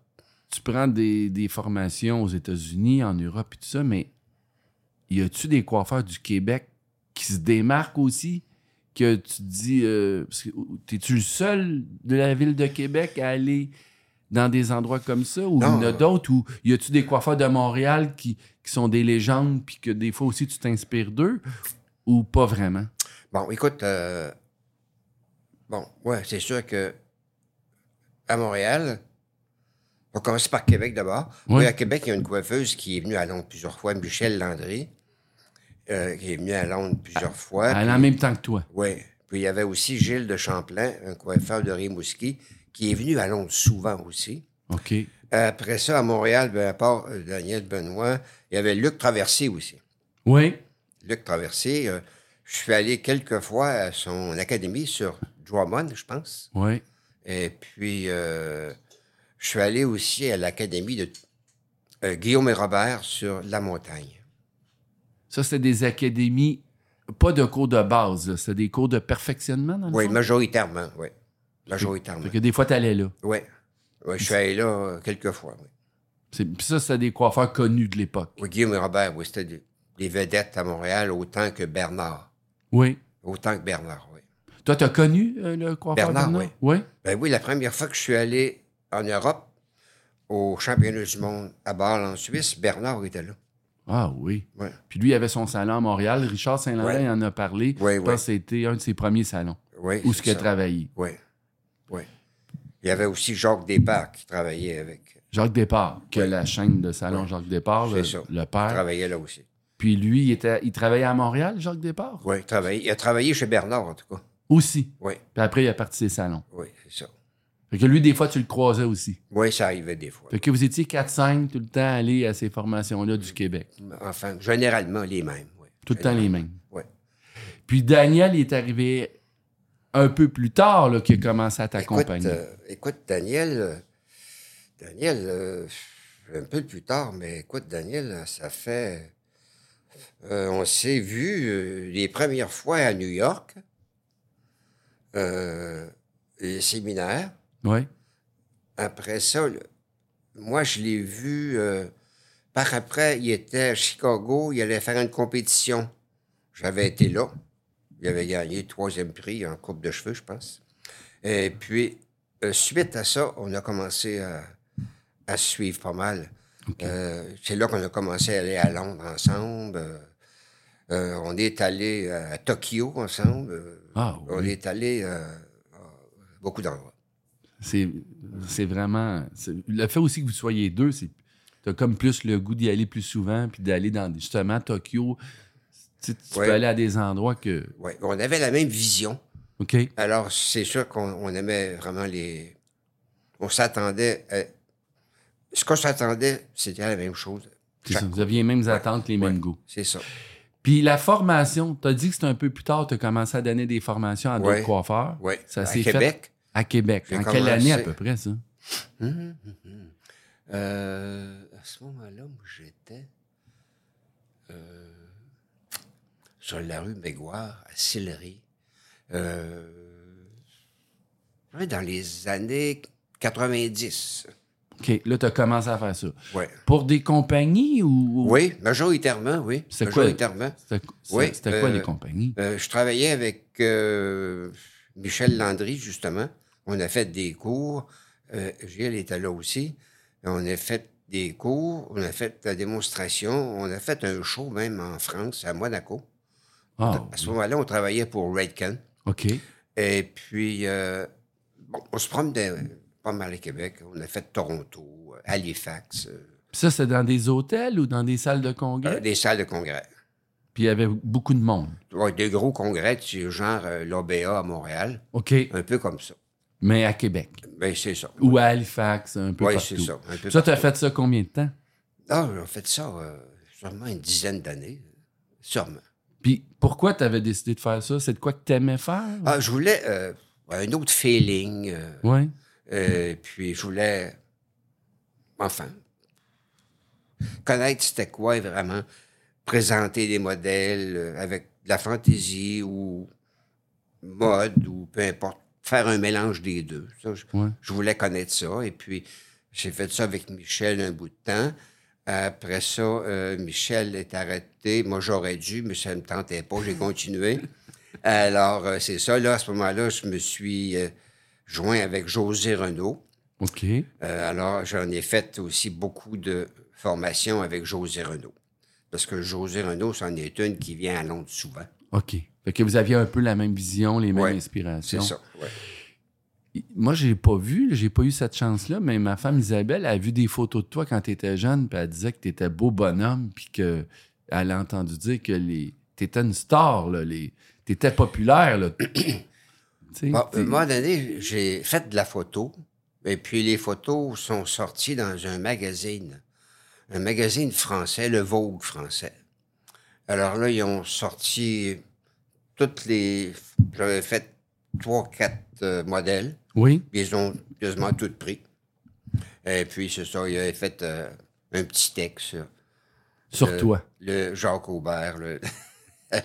S1: tu prends des, des formations aux États-Unis, en Europe et tout ça, mais y a-tu des coiffeurs du Québec qui se démarquent aussi? Que tu te dis. euh, parce que, ou- T'es-tu le seul de la ville de Québec à aller dans des endroits comme ça? Ou
S2: Non.
S1: il y en a d'autres? Ou y a-tu des coiffeurs de Montréal qui, qui sont des légendes puis que des fois aussi tu t'inspires d'eux? Ou pas vraiment?
S2: Bon, écoute, euh, bon, ouais, c'est sûr que à Montréal, on commence par Québec d'abord.
S1: Ouais.
S2: Oui, à Québec, il y a une coiffeuse qui est venue à Londres plusieurs fois, Michel Landry, euh, qui est venue à Londres plusieurs fois.
S1: Aller en Ah, même temps que toi.
S2: Oui. Puis il y avait aussi Gilles de Champlain, un coiffeur de Rimouski, qui est venu à Londres souvent aussi.
S1: OK.
S2: Après ça, à Montréal, ben, à part euh, Daniel Benoît, il y avait Luc Traversé aussi.
S1: Oui.
S2: Luc Traversé, euh, je suis allé quelques fois à son académie sur Drummond, je pense.
S1: Oui.
S2: Et puis, euh, je suis allé aussi à l'académie de euh, Guillaume et Robert sur la montagne.
S1: Ça, c'était des académies, pas de cours de base, là, c'était des cours de perfectionnement, dans le
S2: Oui,
S1: fond?
S2: majoritairement, oui.
S1: Fait
S2: Majoritairement.
S1: que des fois, t'allais là.
S2: Oui. Oui, je suis allé là euh, quelques fois. Oui.
S1: C'est- Puis ça, c'était des coiffeurs connus de l'époque.
S2: Oui, Guillaume et Robert, oui, c'était des, des vedettes à Montréal autant que Bernard.
S1: Oui.
S2: Autant que Bernard, oui.
S1: Toi, t'as connu euh, le coiffeur
S2: Bernard,
S1: Oui.
S2: Ben oui, la première fois que je suis allé en Europe, au championnat du monde à Bâle en Suisse, Bernard était là.
S1: Ah oui.
S2: Ouais.
S1: Puis lui, il avait son salon à Montréal. Richard Saint-Laurent,
S2: Ouais.
S1: il en a parlé.
S2: Ouais,
S1: je pense
S2: ouais.
S1: que c'était un de ses premiers salons
S2: Oui,
S1: où
S2: c'est
S1: ce qu'il a
S2: ça.
S1: travaillé.
S2: Oui, oui. Il y avait aussi Jacques Desparts qui travaillait avec.
S1: Jacques Départ, que
S2: Ouais.
S1: la chaîne de salon
S2: Ouais.
S1: Jacques Départ, le,
S2: C'est ça.
S1: le
S2: Il
S1: père.
S2: travaillait là aussi.
S1: Puis lui, il, était, il travaillait à Montréal, Jacques Départ?
S2: Oui, il, travaillait- il a travaillé chez Bernard, en tout cas.
S1: Aussi.
S2: Oui,
S1: Puis après, il a parti ses salons.
S2: oui, c'est ça.
S1: Fait que lui, des fois, tu le croisais aussi.
S2: Oui, ça arrivait des fois.
S1: Fait que vous étiez 4-5 tout le temps allés à ces formations-là du Québec.
S2: Enfin, généralement, les mêmes. oui.
S1: Tout le temps les mêmes.
S2: Ouais.
S1: Puis Daniel il est arrivé un peu plus tard là, qu'il a commencé à
S2: Écoute,
S1: t'accompagner.
S2: euh, écoute, Daniel, euh, Daniel, euh, un peu plus tard, mais écoute, Daniel, ça fait. euh, on s'est vu euh, les premières fois à New York, euh, les séminaires.
S1: Ouais.
S2: Après ça, le- moi, je l'ai vu. euh, par après, il était à Chicago, il allait faire une compétition. J'avais été là. Il avait gagné le troisième prix en coupe de cheveux, je pense. Et puis, euh, suite à ça, on a commencé à, à se suivre pas mal.
S1: OK.
S2: Euh, C'est là qu'on a commencé à aller à Londres ensemble. Euh, euh, on est allé euh, à Tokyo ensemble. Euh,
S1: Ah
S2: On
S1: oui.
S2: est allé euh, à beaucoup d'endroits.
S1: C'est, c'est vraiment. c'est- le fait aussi que vous soyez deux, c'est. T'as comme plus le goût d'y aller plus souvent, puis d'aller dans justement Tokyo. Tu, sais, tu
S2: Ouais.
S1: peux aller à des endroits que.
S2: Ouais. On avait la même vision.
S1: OK.
S2: Alors, c'est sûr qu'on on aimait vraiment les. On s'attendait. à- Ce qu'on s'attendait, c'était la même chose.
S1: C'est
S2: Chaque-
S1: ça, vous aviez les mêmes attentes, les mêmes
S2: ouais.
S1: goûts.
S2: C'est ça.
S1: Puis la formation, t'as dit que c'était un peu plus tard, t'as commencé à donner des formations à d'autres
S2: Ouais.
S1: coiffeurs.
S2: Oui.
S1: Ça
S2: à
S1: s'est fait-
S2: Québec.
S1: À Québec.
S2: J'ai
S1: en quelle année à
S2: commencé-
S1: peu près, ça?
S2: Hum, hum, hum. Euh, à ce moment-là, où j'étais euh, sur la rue Mégoire, à Sillery, euh, ouais, dans les années 90.
S1: OK. Là, t'as commencé à faire ça.
S2: Ouais.
S1: Pour des compagnies ou. ou-
S2: Oui, majoritairement, oui.
S1: C'est quoi-
S2: majoritairement.
S1: C'était c'est-
S2: Oui,
S1: c'était quoi
S2: euh,
S1: les compagnies?
S2: Euh, je travaillais avec euh, Michel Landry, justement. On a fait des cours. Euh, Gilles était là aussi. On a fait des cours, on a fait la démonstration, on a fait un show même en France, à Monaco.
S1: Ah,
S2: À ce moment-là, on travaillait pour Redken.
S1: OK.
S2: Et puis, euh, bon, on se promenait euh, pas mal à Québec. On a fait Toronto, Halifax, euh,
S1: Ça, c'était dans des hôtels ou dans des salles de congrès?
S2: des salles de congrès.
S1: Puis il y avait beaucoup de monde.
S2: Ouais, des gros congrès, tu sais, genre euh, l'OBA à Montréal,
S1: OK.
S2: un peu comme ça.
S1: Mais à Québec.
S2: Ben, c'est ça.
S1: Ou à Halifax, un peu
S2: Oui,
S1: partout.
S2: c'est ça. Un peu
S1: Ça, t'as
S2: partout.
S1: fait ça combien de temps?
S2: Non, j'ai fait ça euh, sûrement une dizaine d'années. Sûrement.
S1: Puis pourquoi t'avais décidé de faire ça? C'est de quoi que t'aimais faire?
S2: Ah, je voulais euh, un autre feeling. euh,
S1: Oui.
S2: euh, puis je voulais, enfin, connaître c'était quoi vraiment. Présenter des modèles euh, avec de la fantaisie ou mode ou peu importe. Faire un mélange des deux. Ça, je,
S1: Ouais.
S2: je voulais connaître ça. Et puis, j'ai fait ça avec Michel un bout de temps. Après ça, euh, Michel est arrêté. Moi, j'aurais dû, mais ça ne me tentait pas. J'ai continué. Alors, euh, c'est ça. Là, à ce moment-là, je me suis euh, joint avec José Renault.
S1: OK.
S2: Euh, alors, j'en ai fait aussi beaucoup de formations avec José Renault. Parce que José Renault, c'en est une qui vient à Londres souvent.
S1: OK. Fait que vous aviez un peu la même vision, les mêmes
S2: Ouais, C'est
S1: inspirations.
S2: ça. ouais.
S1: Moi, j'ai pas vu, là, j'ai pas eu cette chance-là, mais ma femme Isabelle a vu des photos de toi quand tu étais jeune, puis elle disait que tu étais beau bonhomme, puis que elle a entendu dire que les t'étais une star, là, les t'étais populaire, là. Tu sais,
S2: Bon, à
S1: t'es-
S2: un moment donné, j'ai fait de la photo, et puis les photos sont sorties dans un magazine, un magazine français, le Vogue français. Alors là, ils ont sorti toutes les... J'avais fait trois, quatre euh, modèles,
S1: Oui,
S2: puis ils ont quasiment tout pris. Et puis, c'est ça, ils avaient fait euh, un petit texte.
S1: sur
S2: euh,
S1: toi.
S2: Le Jacques Aubert, le,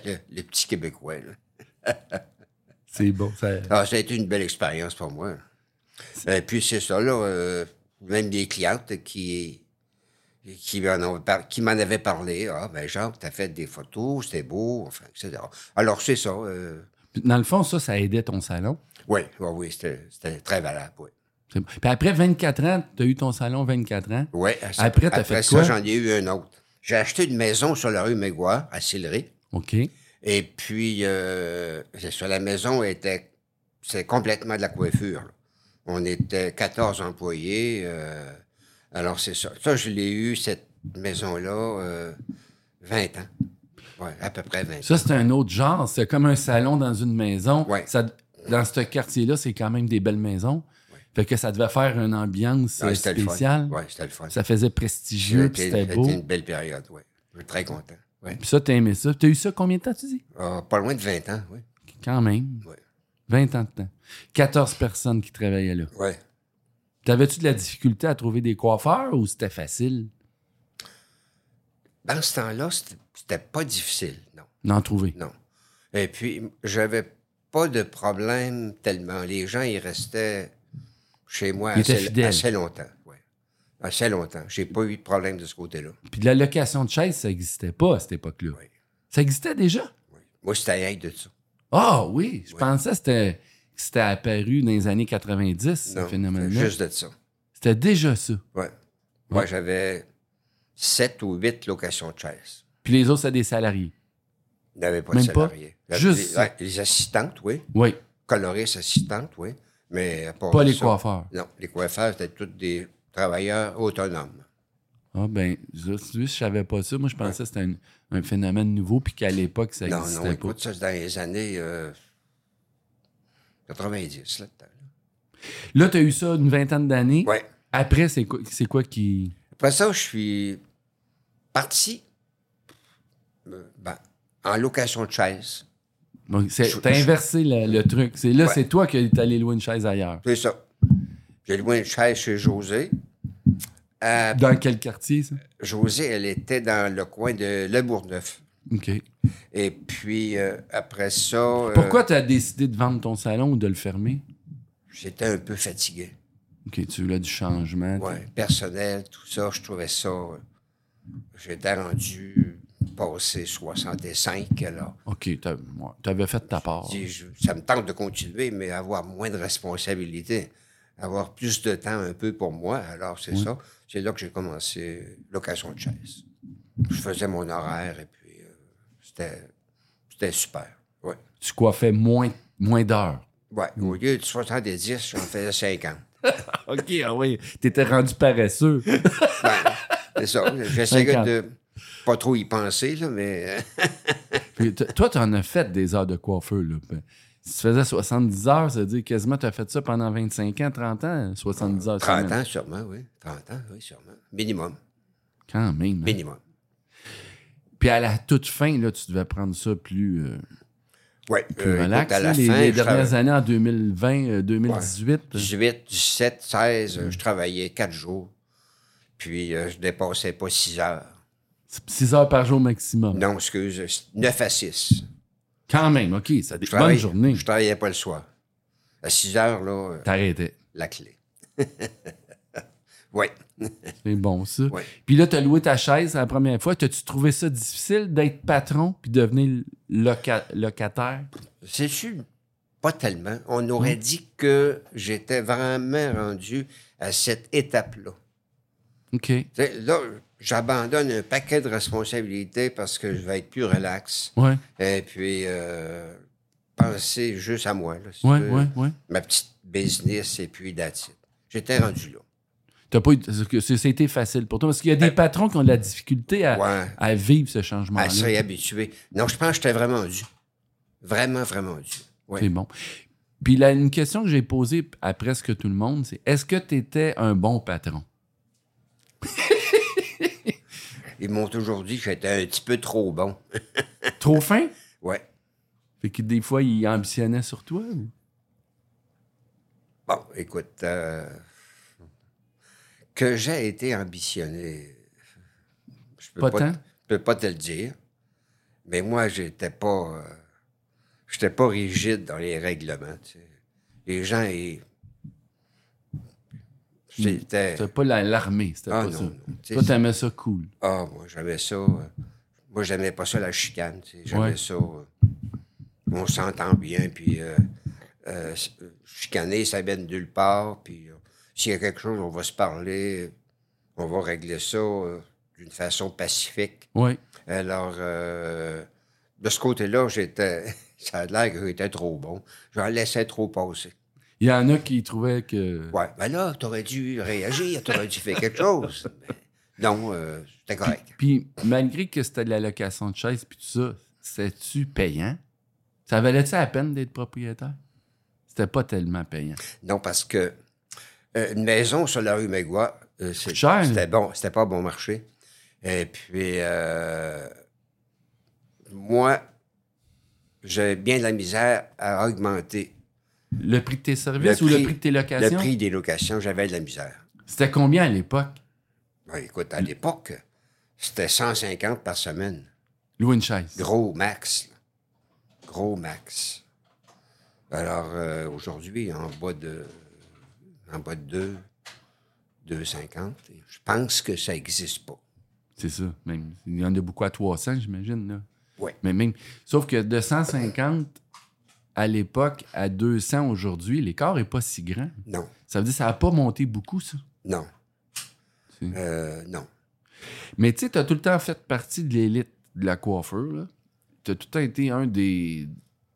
S2: le, le petit Québécois. là.
S1: C'est bon. ça-
S2: Ah, ça a été une belle expérience pour moi. Et puis, c'est ça, là, euh, même des clientes qui, qui, m'en ont par- qui m'en avaient parlé. Ah, ben, Jacques, t'as fait des photos, c'était beau, enfin, etc. Alors, c'est ça. euh,
S1: Puis Dans le fond, ça, ça aidait ton salon.
S2: oui, oui, oui, c'était c'était très valable, oui.
S1: C'est- Puis après 24 ans, tu as eu ton salon 24 ans.
S2: Ouais,
S1: Après, t'as fait
S2: ça,
S1: quoi?
S2: j'en ai eu un autre. J'ai acheté une maison sur la rue Mégoire, à Sillery.
S1: OK.
S2: Et puis, euh, c'est sur la maison était, c'est complètement de la coiffure. là. On était 14 employés. euh, alors, c'est ça. Ça, je l'ai eu, cette maison-là, euh, 20 ans. Ouais, à peu près 20 ans.
S1: Ça, c'est un autre genre. C'est comme un salon dans une maison.
S2: Ouais.
S1: Ça, dans ce quartier-là, c'est quand même des belles maisons. Fait que ça devait faire une ambiance
S2: Ouais,
S1: euh,
S2: Ah, c'était le fun.
S1: spéciale.
S2: Ouais, c'était le fun.
S1: Ça faisait prestigieux, puis c'était beau.
S2: une belle période, oui. Je suis très content. Ouais.
S1: Puis ça, t'as aimé ça. T'as eu ça combien de temps, tu dis?
S2: Ah, pas loin de 20 ans, oui.
S1: Quand même.
S2: Ouais.
S1: 20 ans de temps. 14 personnes qui travaillaient là.
S2: Ouais.
S1: T'avais-tu de la difficulté à trouver des coiffeurs ou c'était facile
S2: Dans ce temps-là, c'était- c'était pas difficile, non.
S1: d'en trouver?
S2: Non. Et puis, j'avais pas de problème tellement. Les gens, ils restaient chez moi
S1: Ils étaient
S2: assez,
S1: fidèles.
S2: assez longtemps. ouais. Assez longtemps. J'ai pas eu de problème de ce côté-là.
S1: Puis la location de chaises, ça n'existait pas à cette époque-là.
S2: Oui.
S1: Ça existait déjà?
S2: oui. Moi, c'était à l'aide de ça.
S1: Ah oui, je
S2: Oui.
S1: pensais que c'était, que c'était apparu dans les années 90, ce
S2: Non,
S1: phénomène-là.
S2: Juste de ça.
S1: C'était déjà ça.
S2: Ouais. Moi,
S1: Ouais.
S2: j'avais sept ou huit locations de chaises.
S1: Puis les autres, c'était des salariés.
S2: Il n'y avait pas
S1: Même
S2: de
S1: pas?
S2: salariés. La-
S1: Juste
S2: les,
S1: ça.
S2: ouais, les assistantes, oui.
S1: Oui,
S2: Coloristes assistantes, oui. Mais à part
S1: pas les
S2: ça-
S1: coiffeurs.
S2: Non, les coiffeurs, c'était tous des travailleurs autonomes.
S1: Ah ben, ça, tu vois, je savais pas ça. Moi, je pensais que c'était un, un phénomène nouveau puis qu'à l'époque, ça
S2: Non,
S1: n'existait
S2: non,
S1: pas.
S2: écoute, ça, c'est dans les années euh, 90, là.
S1: Là, tu as eu ça une vingtaine d'années.
S2: Oui.
S1: Après, c'est quoi, c'est quoi qui...
S2: Après ça, je suis parti euh, ben, en location de chaise.
S1: Bon, c'est-
S2: Je-
S1: t'as
S2: je-
S1: inversé le, le truc. C'est là,
S2: Ouais.
S1: c'est toi qui es allé louer une chaise ailleurs.
S2: C'est ça. J'ai loué une chaise chez José. Euh,
S1: Dans quel quartier, ça?
S2: José, elle était dans le coin de Le Bourgneuf.
S1: OK.
S2: Euh, Et puis, euh, après ça... euh,
S1: Pourquoi tu as décidé de vendre ton salon ou de le fermer?
S2: J'étais un peu fatigué.
S1: OK, tu voulais du changement.
S2: Ouais, personnel, tout ça, je trouvais ça. euh, J'étais rendu passé 65, alors.
S1: OK, t'as- ouais, t'avais fait ta part.
S2: Si je- ça me tente de continuer, mais avoir moins de responsabilités, avoir plus de temps un peu pour moi, alors c'est ça. C'est là que j'ai commencé location de chaise. Je faisais mon horaire et puis euh, c'était, c'était super. Ouais.
S1: Tu coiffais moins, moins d'heures.
S2: Ouais, Au lieu de 70, j'en faisais 50.
S1: OK, ah oui. T'étais rendu paresseux.
S2: Ben, c'est ça. J'essayais
S1: 50.
S2: de pas trop y penser, là, mais.
S1: Puis t- toi, t'en as fait des heures de coiffeur, là. Ben, Si tu faisais 70 heures, ça veut dire quasiment t'as fait ça pendant 25 ans, 30 ans, 70 heures.
S2: 30
S1: semaine.
S2: ans, sûrement, oui. 30 ans, oui, sûrement. Minimum.
S1: Quand même. hein.
S2: Minimum.
S1: Puis à la toute fin, là, tu devais prendre ça plus, euh,
S2: Oui.
S1: plus relax.
S2: euh, à la
S1: hein. les
S2: fin,
S1: les
S2: je
S1: dernières
S2: travaillais
S1: années, en 2020, euh, 2018,
S2: 18, 17, 16, euh, je travaillais 4 jours. Puis, euh, je dépassais pas 6 heures.
S1: 6 euh, heures par jour maximum.
S2: Non, excuse, 9 à 6.
S1: Quand même, OK, ça des
S2: Je
S1: bonnes journées.
S2: Je travaillais pas le soir. À 6 heures, là, euh,
S1: T'arrêtais.
S2: la clé. oui.
S1: C'est bon, ça.
S2: Ouais.
S1: Puis là, t'as loué ta chaise la première fois. T'as-tu trouvé ça difficile d'être patron puis devenir loca- locataire?
S2: C'est sûr, pas tellement. On aurait dit que j'étais vraiment rendu à cette étape-là.
S1: OK.
S2: Tu sais, là, j'abandonne un paquet de responsabilités parce que je vais être plus relax.
S1: Ouais,
S2: Et puis, euh, penser juste à moi. là, si tu
S1: ouais,
S2: veux.
S1: ouais, ouais.
S2: Ma petite business et puis that's it. J'étais rendu là.
S1: T'as pas eu- c'est que c'est- C'était facile pour toi. Parce qu'il y a des patrons qui ont de la difficulté à,
S2: Ouais.
S1: à vivre ce changement-là.
S2: À se réhabituer. Non, je pense que j'étais vraiment dû. Vraiment, vraiment dû. Ouais.
S1: C'est bon. Puis là, une question que j'ai posée à presque tout le monde, c'est est-ce que tu étais un bon patron?
S2: Ils m'ont toujours dit que j'étais un petit peu trop bon.
S1: Trop fin?
S2: Ouais.
S1: Fait que des fois, il ambitionnait sur toi. ou?
S2: Bon, écoute, euh, que j'ai été ambitionné, je peux
S1: Pas
S2: pas,
S1: tant?
S2: te- peux pas te le dire. Mais moi, j'étais pas, euh, j'étais pas rigide dans les règlements. tu sais. Les gens, ils- c'était,
S1: C'était pas la- l'armée, c'était
S2: ah
S1: pas
S2: non,
S1: ça.
S2: non, tu sais,
S1: Toi, t'aimais ça cool.
S2: ah moi, j'aimais ça. euh, moi, j'aimais pas ça la chicane. tu sais. J'aimais
S1: Ouais.
S2: ça. euh, on s'entend bien, puis euh, euh, s- euh, chicaner, ça mène nulle part. Puis euh, s'il y a quelque chose, on va se parler, on va régler ça. euh, d'une façon pacifique.
S1: Oui.
S2: Alors, euh, de ce côté-là, j'étais. Ça a l'air que j'étais trop bon. J'en laissais trop passer.
S1: Il y en a qui trouvaient que.
S2: Ouais, ben là, t'aurais dû réagir, t'aurais dû faire quelque chose. Mais non, euh, c'était correct.
S1: Puis malgré que c'était de la location de chaise puis tout ça, c'était-tu payant? Ça valait-tu la peine d'être propriétaire? C'était pas tellement payant.
S2: Non, parce que euh, une maison sur la rue Mégua, euh, c'est-
S1: Coûte cher.
S2: c'était bon, c'était pas bon marché. Et puis, euh, moi, j'ai bien de la misère à augmenter
S1: Le prix de tes services
S2: Le
S1: ou le
S2: prix-
S1: prix de tes
S2: le
S1: locations?
S2: prix des locations. J'avais de la misère.
S1: C'était combien à l'époque?
S2: Ben, écoute, à l'époque, c'était 150 par semaine.
S1: Louer une chaise.
S2: Gros max. là. Gros max. Alors, euh, aujourd'hui, en bas de... En bas de 2, 2,50. Je pense que ça n'existe pas.
S1: C'est ça. Même, il y en a beaucoup à 300, j'imagine. Là.
S2: Oui.
S1: Mais même, sauf que de 150 à l'époque à 200 aujourd'hui, l'écart n'est pas si grand.
S2: Non,
S1: Ça veut dire que ça n'a pas monté beaucoup, ça.
S2: non.
S1: C'est-
S2: Euh, non.
S1: Mais tu sais, tu as tout le temps fait partie de l'élite de la coiffeur. Tu as tout le temps été un des,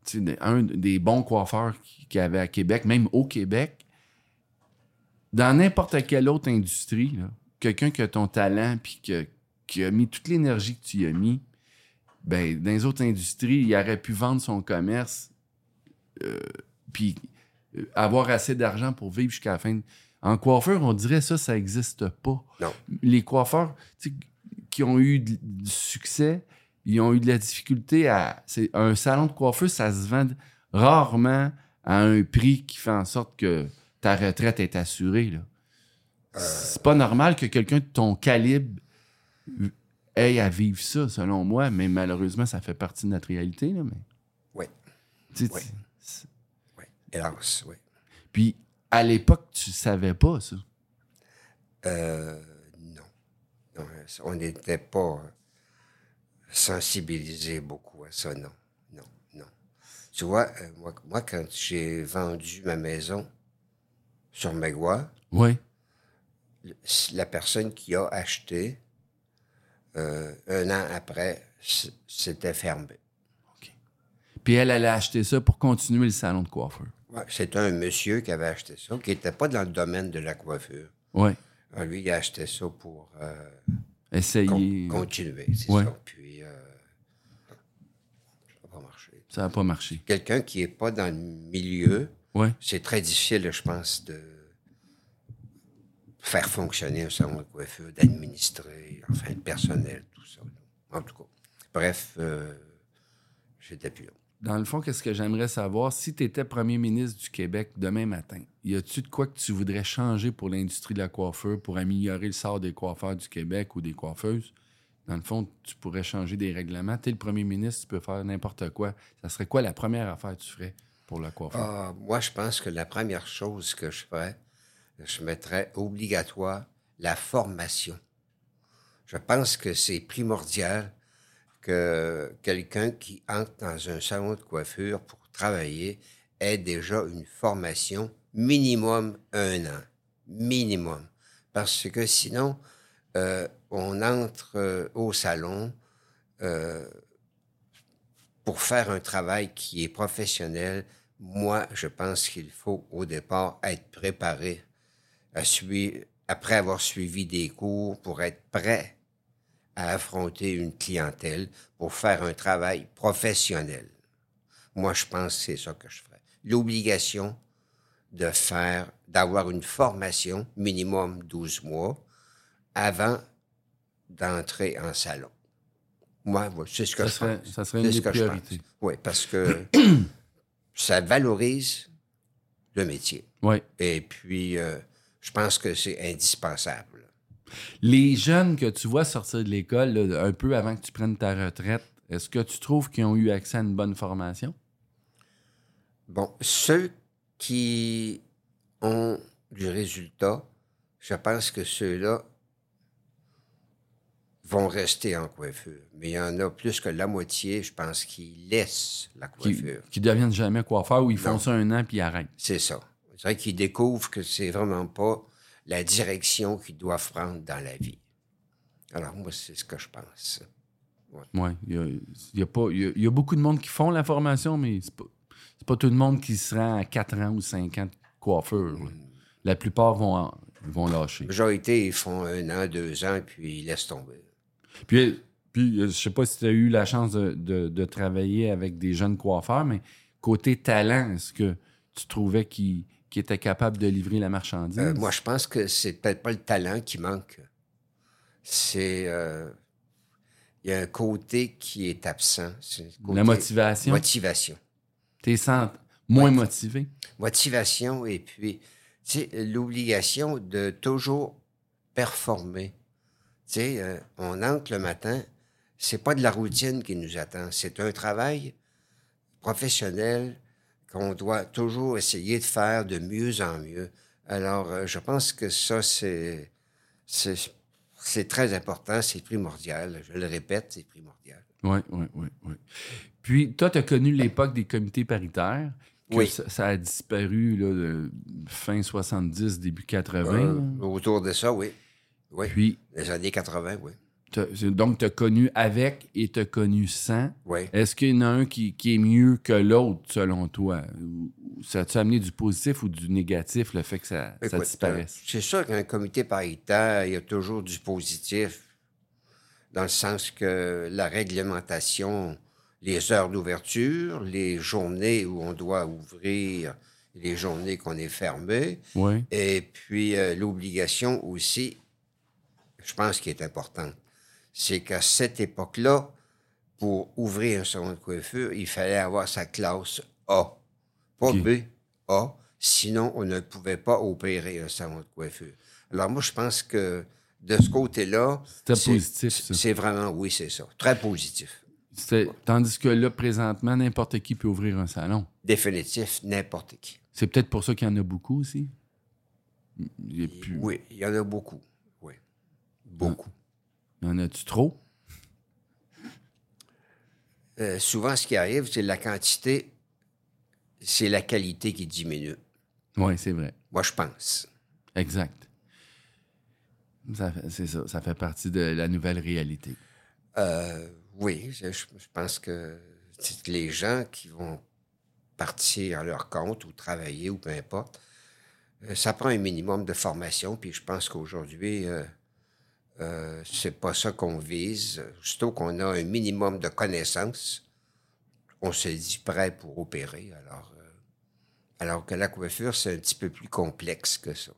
S1: tu sais, des- un des bons coiffeurs qui- qu'il y avait à Québec, même au Québec. Dans n'importe quelle autre industrie, là, quelqu'un qui a ton talent puis que- qui a mis toute l'énergie que tu y as mis, ben, dans les autres industries, il aurait pu vendre son commerce euh, puis euh, avoir assez d'argent pour vivre jusqu'à la fin. En coiffeur, on dirait ça, ça n'existe pas.
S2: Non.
S1: Les coiffeurs tu sais, qui ont eu de- du succès, ils ont eu de la difficulté à. c'est- Un salon de coiffeur, ça se vend rarement à un prix qui fait en sorte que ta retraite est assurée. Là.
S2: Euh.
S1: C'est pas normal que quelqu'un de ton calibre ait à vivre ça, selon moi, mais malheureusement, ça fait partie de notre réalité. Là, mais...
S2: Oui.
S1: Tu sais,
S2: Oui.
S1: tu-
S2: Oui. Hélas, oui.
S1: Puis à l'époque, tu savais pas ça.
S2: Euh, non. Non, On n'était pas sensibilisé beaucoup à ça, non. Non, non. Tu vois, euh, moi, moi, quand j'ai vendu ma maison sur Magua,
S1: Oui.
S2: le- la personne qui a acheté, euh, un an après, c- c'était fermé.
S1: Puis elle, elle a acheté ça pour continuer le salon de coiffeur.
S2: Ouais, C'était un monsieur qui avait acheté ça, qui n'était pas dans le domaine de la coiffure.
S1: Oui.
S2: Ah, Lui, il a acheté ça pour euh, con-
S1: Essayer.
S2: continuer, c'est
S1: Ouais.
S2: ça. Puis, euh, ça n'a pas marché.
S1: Ça n'a pas marché.
S2: Quelqu'un qui n'est pas dans le milieu,
S1: Oui.
S2: c'est très difficile, je pense, de faire fonctionner un salon de coiffure, d'administrer, enfin, le personnel, tout ça. En tout cas, bref, euh, j'étais plus là.
S1: Dans le fond, qu'est-ce que j'aimerais savoir? Si tu étais premier ministre du Québec demain matin, y a-tu de quoi que tu voudrais changer pour l'industrie de la coiffure, pour améliorer le sort des coiffeurs du Québec ou des coiffeuses? Dans le fond, tu pourrais changer des règlements. Tu es le premier ministre, tu peux faire n'importe quoi. Ça serait quoi la première affaire que tu ferais pour la coiffure?
S2: Ah, moi, je pense que la première chose que je ferais, je mettrais obligatoire la formation. Je pense que c'est primordial que quelqu'un qui entre dans un salon de coiffure pour travailler ait déjà une formation minimum un an. Minimum. Parce que sinon, euh, on entre euh, au salon euh, pour faire un travail qui est professionnel, moi, je pense qu'il faut au départ être préparé à suivre, après avoir suivi des cours pour être prêt à affronter une clientèle pour faire un travail professionnel. Moi, je pense que c'est ça que je ferais. L'obligation de faire, d'avoir une formation minimum 12 mois avant d'entrer en salon. Moi, voilà, c'est ce que
S1: Ça
S2: je
S1: serait-
S2: pense.
S1: ça serait
S2: C'est
S1: une
S2: ce
S1: des
S2: que je pense.
S1: priorités.
S2: Oui, parce que ça valorise le métier.
S1: Oui.
S2: Et puis, euh, je pense que c'est indispensable.
S1: Les jeunes que tu vois sortir de l'école là, un peu avant que tu prennes ta retraite, est-ce que tu trouves qu'ils ont eu accès à une bonne formation?
S2: Bon, ceux qui ont du résultat, je pense que ceux-là vont rester en coiffure. Mais il y en a plus que la moitié, je pense, qui laissent la
S1: Qui,
S2: coiffure.
S1: qui deviennent jamais coiffeurs ou ils font
S2: Non.
S1: ça un an puis ils arrêtent?
S2: C'est ça. C'est vrai qu'ils découvrent que c'est vraiment pas la direction qu'ils doivent prendre dans la vie. Alors, moi, c'est ce que je pense.
S1: Oui, il y a, il y a pas- il y a- il y a beaucoup de monde qui font la formation, mais c'est pas, c'est pas tout le monde qui se rend à 4 ans ou 5 ans de coiffeur. là. La plupart vont, en- vont lâcher.
S2: Majorité, ils font un an, deux ans, puis ils laissent tomber.
S1: Puis, puis euh, je sais pas si tu as eu la chance de, de- de travailler avec des jeunes coiffeurs, mais côté talent, est-ce que tu trouvais qu'ils qu'ils étaient capables de livrer la marchandise?
S2: Euh, moi, je pense que c'est peut-être pas le talent qui manque. C'est. euh, Il y a un côté qui est absent. C'est le côté-
S1: la motivation?
S2: Motivation.
S1: T'es sans- moins motivé?
S2: Motivation et puis, tu sais, l'obligation de toujours performer. Tu sais, euh, on entre le matin, c'est pas de la routine qui nous attend, c'est un travail professionnel qu'on doit toujours essayer de faire de mieux en mieux. Alors, euh, je pense que ça, c'est, c'est, c'est très important, c'est primordial. Je le répète, c'est primordial.
S1: Oui, oui, oui, oui. Puis, toi, tu as connu l'époque des comités paritaires. que
S2: Oui.
S1: Ça, ça a disparu là, de fin 70, début 80.
S2: Euh,
S1: là.
S2: autour de ça, oui. Oui.
S1: Puis,
S2: Les années 80, oui.
S1: t'as- donc, tu as connu avec et tu as connu sans.
S2: Oui.
S1: Est-ce qu'il y en a un qui, qui est mieux que l'autre, selon toi? Ou- ou Ça a-tu amené du positif ou du négatif, le fait que ça, ça
S2: Écoute,
S1: disparaisse?
S2: euh, C'est sûr qu'un comité paritaire, il y a toujours du positif, dans le sens que la réglementation, les heures d'ouverture, les journées où on doit ouvrir, les journées qu'on est fermé,
S1: Oui.
S2: et puis euh, l'obligation aussi, je pense qui est importante, c'est qu'à cette époque-là, pour ouvrir un salon de coiffure, il fallait avoir sa classe A. Pas
S1: Ok.
S2: B, A. Sinon, on ne pouvait pas opérer un salon de coiffure. Alors moi, je pense que de ce côté-là,
S1: C'était
S2: c'est-
S1: positif, ça.
S2: C'est vraiment, oui, c'est ça. Très positif.
S1: C'était- Tandis que là, présentement, n'importe qui peut ouvrir un salon.
S2: Définitif, n'importe qui.
S1: C'est peut-être pour ça qu'il y en a beaucoup aussi. Il y a plus-
S2: Oui, il y en a beaucoup.
S1: Hein?
S2: Oui. Beaucoup.
S1: Il y en a-tu trop?
S2: Euh, souvent, ce qui arrive, c'est la quantité, c'est la qualité qui diminue.
S1: Oui, c'est vrai.
S2: Moi, je pense.
S1: Exact. Ça fait- C'est ça. Ça fait partie de la nouvelle réalité.
S2: Euh, oui, je, je- je pense que c'est que les gens qui vont partir à leur compte ou travailler ou peu importe, euh, ça prend un minimum de formation. Puis je pense qu'aujourd'hui, euh, euh, c'est pas ça qu'on vise. Surtout qu'on a un minimum de connaissances, on se dit prêt pour opérer. Alors, euh, alors que la coiffure, c'est un petit peu plus complexe que ça.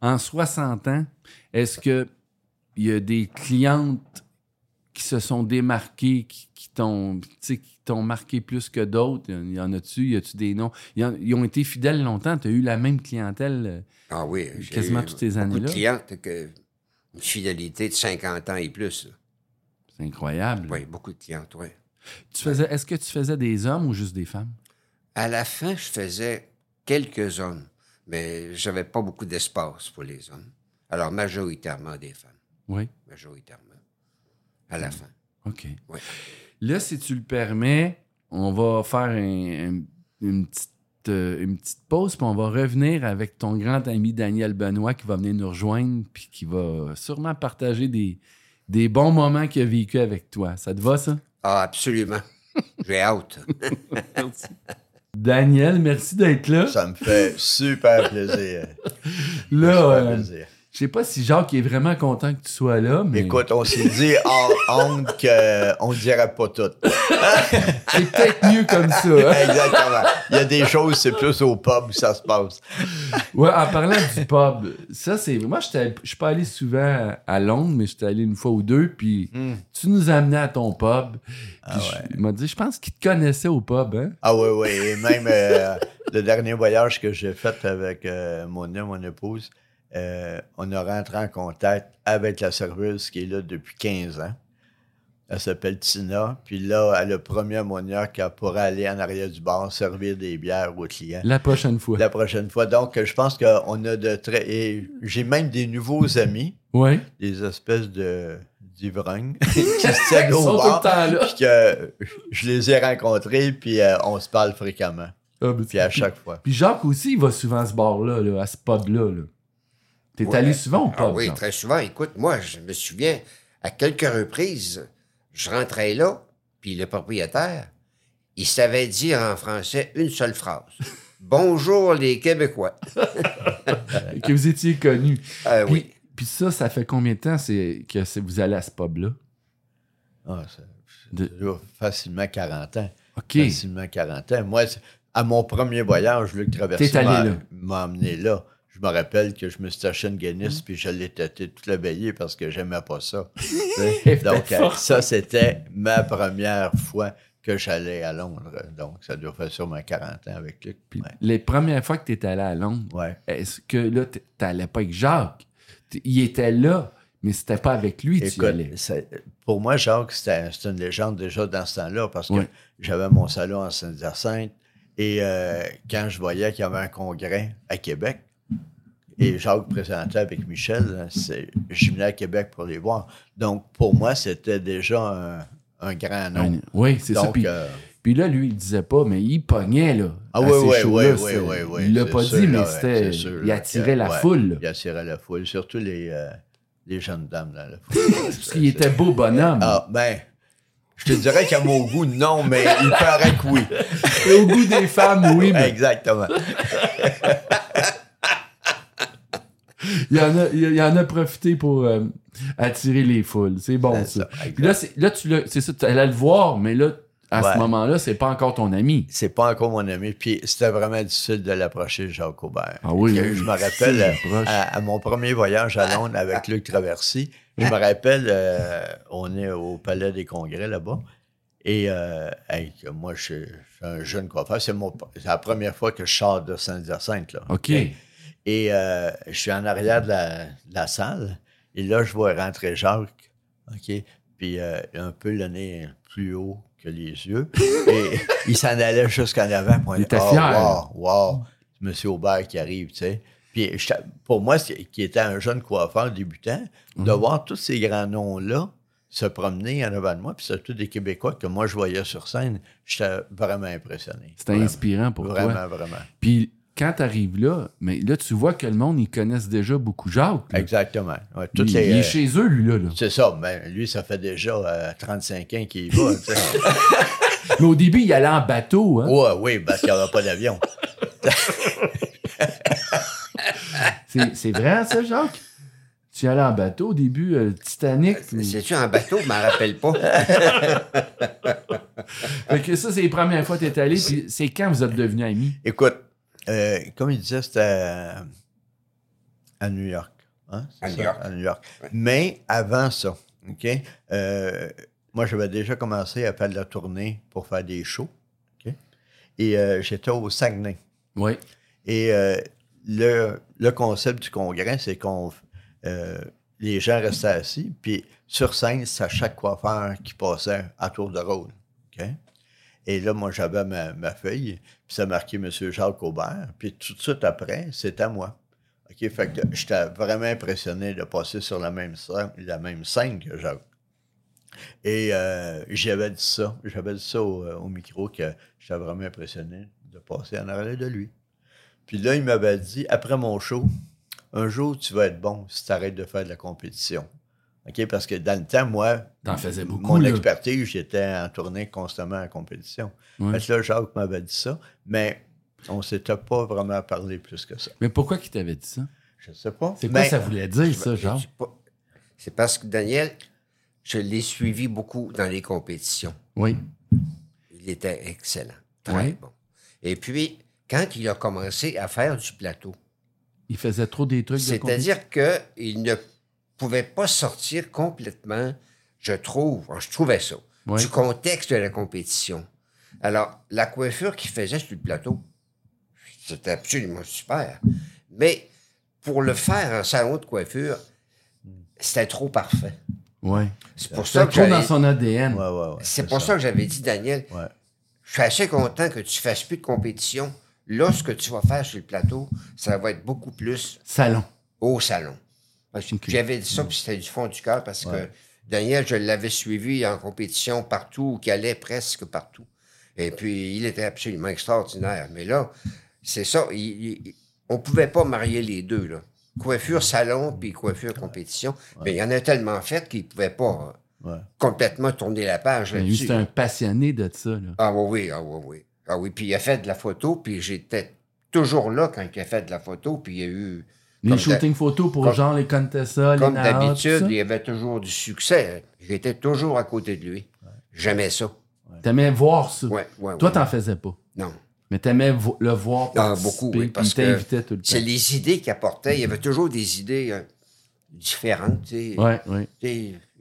S1: En 60 ans, est-ce que il y a des clientes qui se sont démarquées, qui, qui t'ont tu sais, qui t'ont marqué plus que d'autres? Il y en a-tu? Y a-tu des noms? Il y en- Ils ont été fidèles longtemps. Tu as eu la même clientèle. euh,
S2: Ah oui, j'ai
S1: Quasiment
S2: eu
S1: toutes ces
S2: beaucoup de
S1: années-là.
S2: clientes que une fidélité de 50 ans et plus.
S1: C'est incroyable.
S2: Oui, beaucoup de clientes, oui.
S1: Tu faisais, est-ce que tu faisais des hommes ou juste des femmes?
S2: À la fin, je faisais quelques hommes, mais j'avais pas beaucoup d'espace pour les hommes. Alors, majoritairement des femmes,
S1: Oui.
S2: majoritairement, à la fin.
S1: OK.
S2: Ouais.
S1: Là, si tu le permets, on va faire un- un- une, petite, euh, une petite pause, puis on va revenir avec ton grand ami Daniel Benoît qui va venir nous rejoindre, puis qui va sûrement partager des, des bons moments qu'il a vécu avec toi. Ça te va, ça?
S2: Ah, absolument. J'ai hâte.
S1: Daniel, merci d'être là.
S3: Ça me fait super plaisir.
S1: Là,
S3: Super
S1: euh,
S3: plaisir.
S1: je sais pas si Jacques est vraiment content que tu sois là, mais
S3: Écoute, on s'est dit en honte qu'on dirait pas tout.
S1: c'est peut-être mieux comme ça. hein?
S3: Exactement. Il y a des choses, c'est plus au pub que ça se passe.
S1: Ouais, en parlant du pub, ça c'est. Moi, j'étais- je suis pas allé souvent à- à Londres, mais j'étais allé une fois ou deux, puis tu nous as amené à ton pub. Puis je- il m'a dit, je pense qu'il te connaissait au pub, hein?
S3: Ah oui, oui. Et même euh, le dernier voyage que j'ai fait avec euh, mon homme, mon épouse, euh, on a rentré en contact avec la serveuse qui est là depuis 15 ans. Elle s'appelle Tina. Puis là, elle a promis à mon homme qu'elle pourrait aller en arrière du bar servir des bières aux clients.
S1: La prochaine fois.
S3: la prochaine fois. Donc, je pense qu'on a de très. et J'ai même des nouveaux amis,
S1: Ouais.
S3: des espèces de d'ivrognes qui se tiennent
S1: Ils sont
S3: au
S1: tout le
S3: bar.
S1: temps là.
S3: Puis que je les ai rencontrés, puis euh, on se parle fréquemment.
S1: Ah, ben,
S3: Puis à chaque fois.
S1: Puis Jacques aussi, il va souvent à ce bar-là, là, à ce pub-là. là. T'es
S2: Ouais.
S1: allé souvent ou pas?
S2: Ah oui,
S1: genre?
S2: très souvent. Écoute, moi, je me souviens, à quelques reprises, je rentrais là, puis le propriétaire, il savait dire en français une seule phrase. Bonjour les Québécois.
S1: Que vous étiez connu.
S2: Ah
S1: Puis-
S2: oui.
S1: Puis ça, ça fait combien de temps c'est que c'est- vous allez à ce pub-là?
S3: Ah, ça,
S1: De-
S3: ça doit facilement 40 ans.
S1: OK.
S3: Facilement 40 ans. Moi, c'est- à mon premier voyage, Luc
S1: T'es
S3: Traversé
S1: allé
S3: m'a-
S1: là.
S3: m'a emmené là. Je me rappelle que je me suis acheté une Guinness
S1: Hein?
S3: puis je l'ai tâté toute la veillée parce que j'aimais pas ça. Donc,
S1: T'es
S3: euh,
S1: fort.
S3: ça, c'était ma première fois que j'allais à Londres. Donc, ça doit faire sûrement 40 ans avec Luc.
S1: Puis
S3: Ouais.
S1: les premières fois que t'es allé à Londres,
S3: Ouais.
S1: est-ce que là, t- t'allais pas avec Jacques? T- Il était là, mais c'était pas avec lui que tu y allais.
S3: Écoute, c'est- pour moi, Jacques, c'était c'était une légende déjà dans ce temps-là parce que
S1: Ouais.
S3: j'avais mon salon en Saint-Hyacinthe et euh, quand je voyais qu'il y avait un congrès à Québec et Jacques présentait avec Michel, hein, c'est- je venais à Québec pour les voir. Donc, pour moi, c'était déjà un, un grand nom.
S1: Oui, c'est ça.
S3: Donc,
S1: Puis,
S3: euh,
S1: puis là, lui, il disait pas, mais il pognait, là.
S3: Ah
S1: à
S3: oui,
S1: ces
S3: oui, oui,
S1: shows-là,
S3: oui,
S1: c'est-
S3: oui, oui.
S1: Il l'a
S3: c'est
S1: pas
S3: sûr,
S1: dit, mais
S3: là,
S1: c'était.
S3: c'est sûr,
S1: il
S3: là,
S1: attirait
S3: que-
S1: la
S3: ouais,
S1: foule.
S3: Il attirait la foule, surtout les, euh, les jeunes dames dans la foule.
S1: Parce qu'il était beau bonhomme.
S3: Ah, ben, je te dirais qu'à mon goût, non, mais il paraît que oui.
S1: Et au goût des femmes, oui, mais
S3: Exactement.
S1: il y en a, il y en a profité pour euh, attirer les foules. C'est bon,
S3: C'est
S1: ça.
S3: ça,
S1: Puis là, c'est, là, tu l'as- c'est ça, tu allais le voir, mais là, à ce
S3: Ouais.
S1: moment-là, c'est pas encore ton ami.
S3: C'est pas encore mon ami. Puis c'était vraiment difficile de l'approcher, Jacques Aubert.
S1: Ah oui,
S3: Que
S1: oui,
S3: je me
S1: si,
S3: rappelle euh,
S1: proche.
S3: à, à mon premier voyage à Londres avec Luc Traversy. Je me rappelle, euh, on est au Palais des Congrès là-bas. Et euh, hey, que moi, je suis je suis un jeune coiffeur. C'est mon- c'est la première fois que je sors de Saint-Hyacinthe. là.
S1: OK.
S3: Et euh, je suis en arrière de la, de la salle. Et là, je vois rentrer Jacques. OK? Puis euh, un peu le nez plus haut que les yeux. Et il s'en allait jusqu'en avant. Puis on
S1: Il
S3: dit,
S1: était
S3: Ah,
S1: fier.
S3: Wow, wow, Monsieur Aubert qui arrive, tu sais. Puis je- pour moi, c'est- qui était un jeune coiffeur débutant,
S1: Mhm.
S3: de voir tous ces grands noms-là se promener en avant de moi, puis surtout des Québécois que moi je voyais sur scène, j'étais vraiment impressionné.
S1: C'était
S3: Vraiment.
S1: inspirant pour toi.
S3: Vraiment, vraiment.
S1: Puis quand t'arrives là, mais là, tu vois que le monde, ils connaissent déjà beaucoup Jacques. là.
S3: Exactement. Ouais,
S1: euh, Il,
S3: toutes les,
S1: il est
S3: euh,
S1: chez eux, lui-là. là.
S3: C'est ça, mais lui, ça fait déjà euh, 35 ans qu'il y va. tu sais.
S1: Mais au début, il allait en bateau. Hein?
S3: ouais, oui, parce qu'il n'y avait pas d'avion.
S1: C'est, c'est vrai, ça, Jacques? Tu allais en bateau au début, euh, Titanic. puis-
S2: C'est-tu en bateau? Je m'en rappelle pas.
S1: Fait que ça, c'est les premières fois que t'es allé. Puis c'est quand vous êtes devenus amis?
S3: Écoute, euh, comme il disait, c'était à, à New York. hein, c'est
S2: À
S3: ça,
S2: New York.
S3: À New York. Mais avant ça, OK, euh, moi, j'avais déjà commencé à faire de la tournée pour faire des shows. OK, et euh, j'étais au Saguenay.
S1: Oui.
S3: Et euh, le, le concept du congrès, c'est qu'on euh, les gens restaient assis, puis sur scène, c'était chaque coiffeur qui passait à tour de rôle. OK? Et là, moi, j'avais ma, ma feuille, puis ça marquait M. Jacques Aubert, puis tout de suite après, c'était moi. OK? Fait que j'étais vraiment impressionné de passer sur la même scène, la même scène que Jacques. Et euh, j'avais dit ça, j'avais dit ça au, euh, au micro que j'étais vraiment impressionné de passer en arrière de lui. Puis là, il m'avait dit, après mon show, un jour, tu vas être bon si tu arrêtes de faire de la compétition. OK? Parce que dans le temps, moi,
S1: T'en faisais beaucoup,
S3: mon
S1: là.
S3: expertise, j'étais en tournée constamment en compétition.
S1: Ouais.
S3: Fait que là, Jacques m'avait dit ça, mais on ne s'était pas vraiment parlé plus que ça.
S1: Mais pourquoi qu'il t'avait dit ça?
S3: Je ne sais pas.
S1: C'est quoi
S2: Ben,
S3: Mais-
S1: ça voulait dire, ça, Jacques?
S2: Pas- C'est parce que Daniel, je l'ai suivi beaucoup dans les compétitions.
S1: Oui.
S2: Il était excellent. Très
S1: Ouais.
S2: bon. Et puis, quand il a commencé à faire du plateau,
S1: Il faisait trop des trucs de compétition.
S2: C'est-à-dire qu'il ne pouvait pas sortir complètement, je trouve, je trouvais ça,
S1: Ouais.
S2: du contexte de la compétition. Alors, la coiffure qu'il faisait sur le plateau, c'était absolument super. Mais pour le faire en salon de coiffure, c'était trop parfait.
S1: Oui.
S2: Euh, C'est pour ça
S1: C'était
S2: que
S1: trop dans
S2: j'avais-
S1: son ADN.
S3: Ouais, ouais, ouais,
S2: c'est pour ça que j'avais dit, Daniel,
S3: Ouais.
S2: je suis assez content que tu fasses plus de compétition. Lorsque tu vas faire sur le plateau, ça va être beaucoup plus
S1: Salon.
S2: au salon. Parce que
S1: Ok.
S2: J'avais dit ça, puis c'était du fond du cœur, parce
S3: Ouais.
S2: que Daniel, je l'avais suivi en compétition partout, qui allait presque partout. Et puis, il était absolument extraordinaire. Mais là, c'est ça, il- il- on pouvait pas marier les deux. Là. coiffure salon puis coiffure compétition. Mais il y en a tellement fait qu'ils ne pouvaient pas euh,
S3: Ouais.
S2: complètement tourner la page
S1: Lui, Ben
S2: là-dessus.
S1: c'est un passionné de ça. là.
S2: Ah oui, oui, ah oui, oui. Ah oui, puis il a fait de la photo, puis j'étais toujours là quand il a fait de la photo, puis il y a eu...
S1: Les
S2: comme
S1: shootings photos pour
S2: comme-
S1: genre les Contessa, les
S2: Comme
S1: Nahas, tout
S2: d'habitude,
S1: ça.
S2: il y avait toujours du succès. J'étais toujours à côté de lui. J'aimais ça.
S1: T'aimais voir ça.
S2: Ouais, ouais,
S1: Toi,
S2: ouais.
S1: t'en faisais pas.
S2: Non.
S1: Mais t'aimais vo- le voir
S2: Ah,
S1: participer,
S2: beaucoup, oui,
S1: puis
S2: parce
S1: il t'invitait
S2: que
S1: tout le temps.
S2: c'est les idées qu'il apportait. Il y avait toujours des idées euh, différentes. tu sais.
S1: Ouais, ouais.
S2: Tu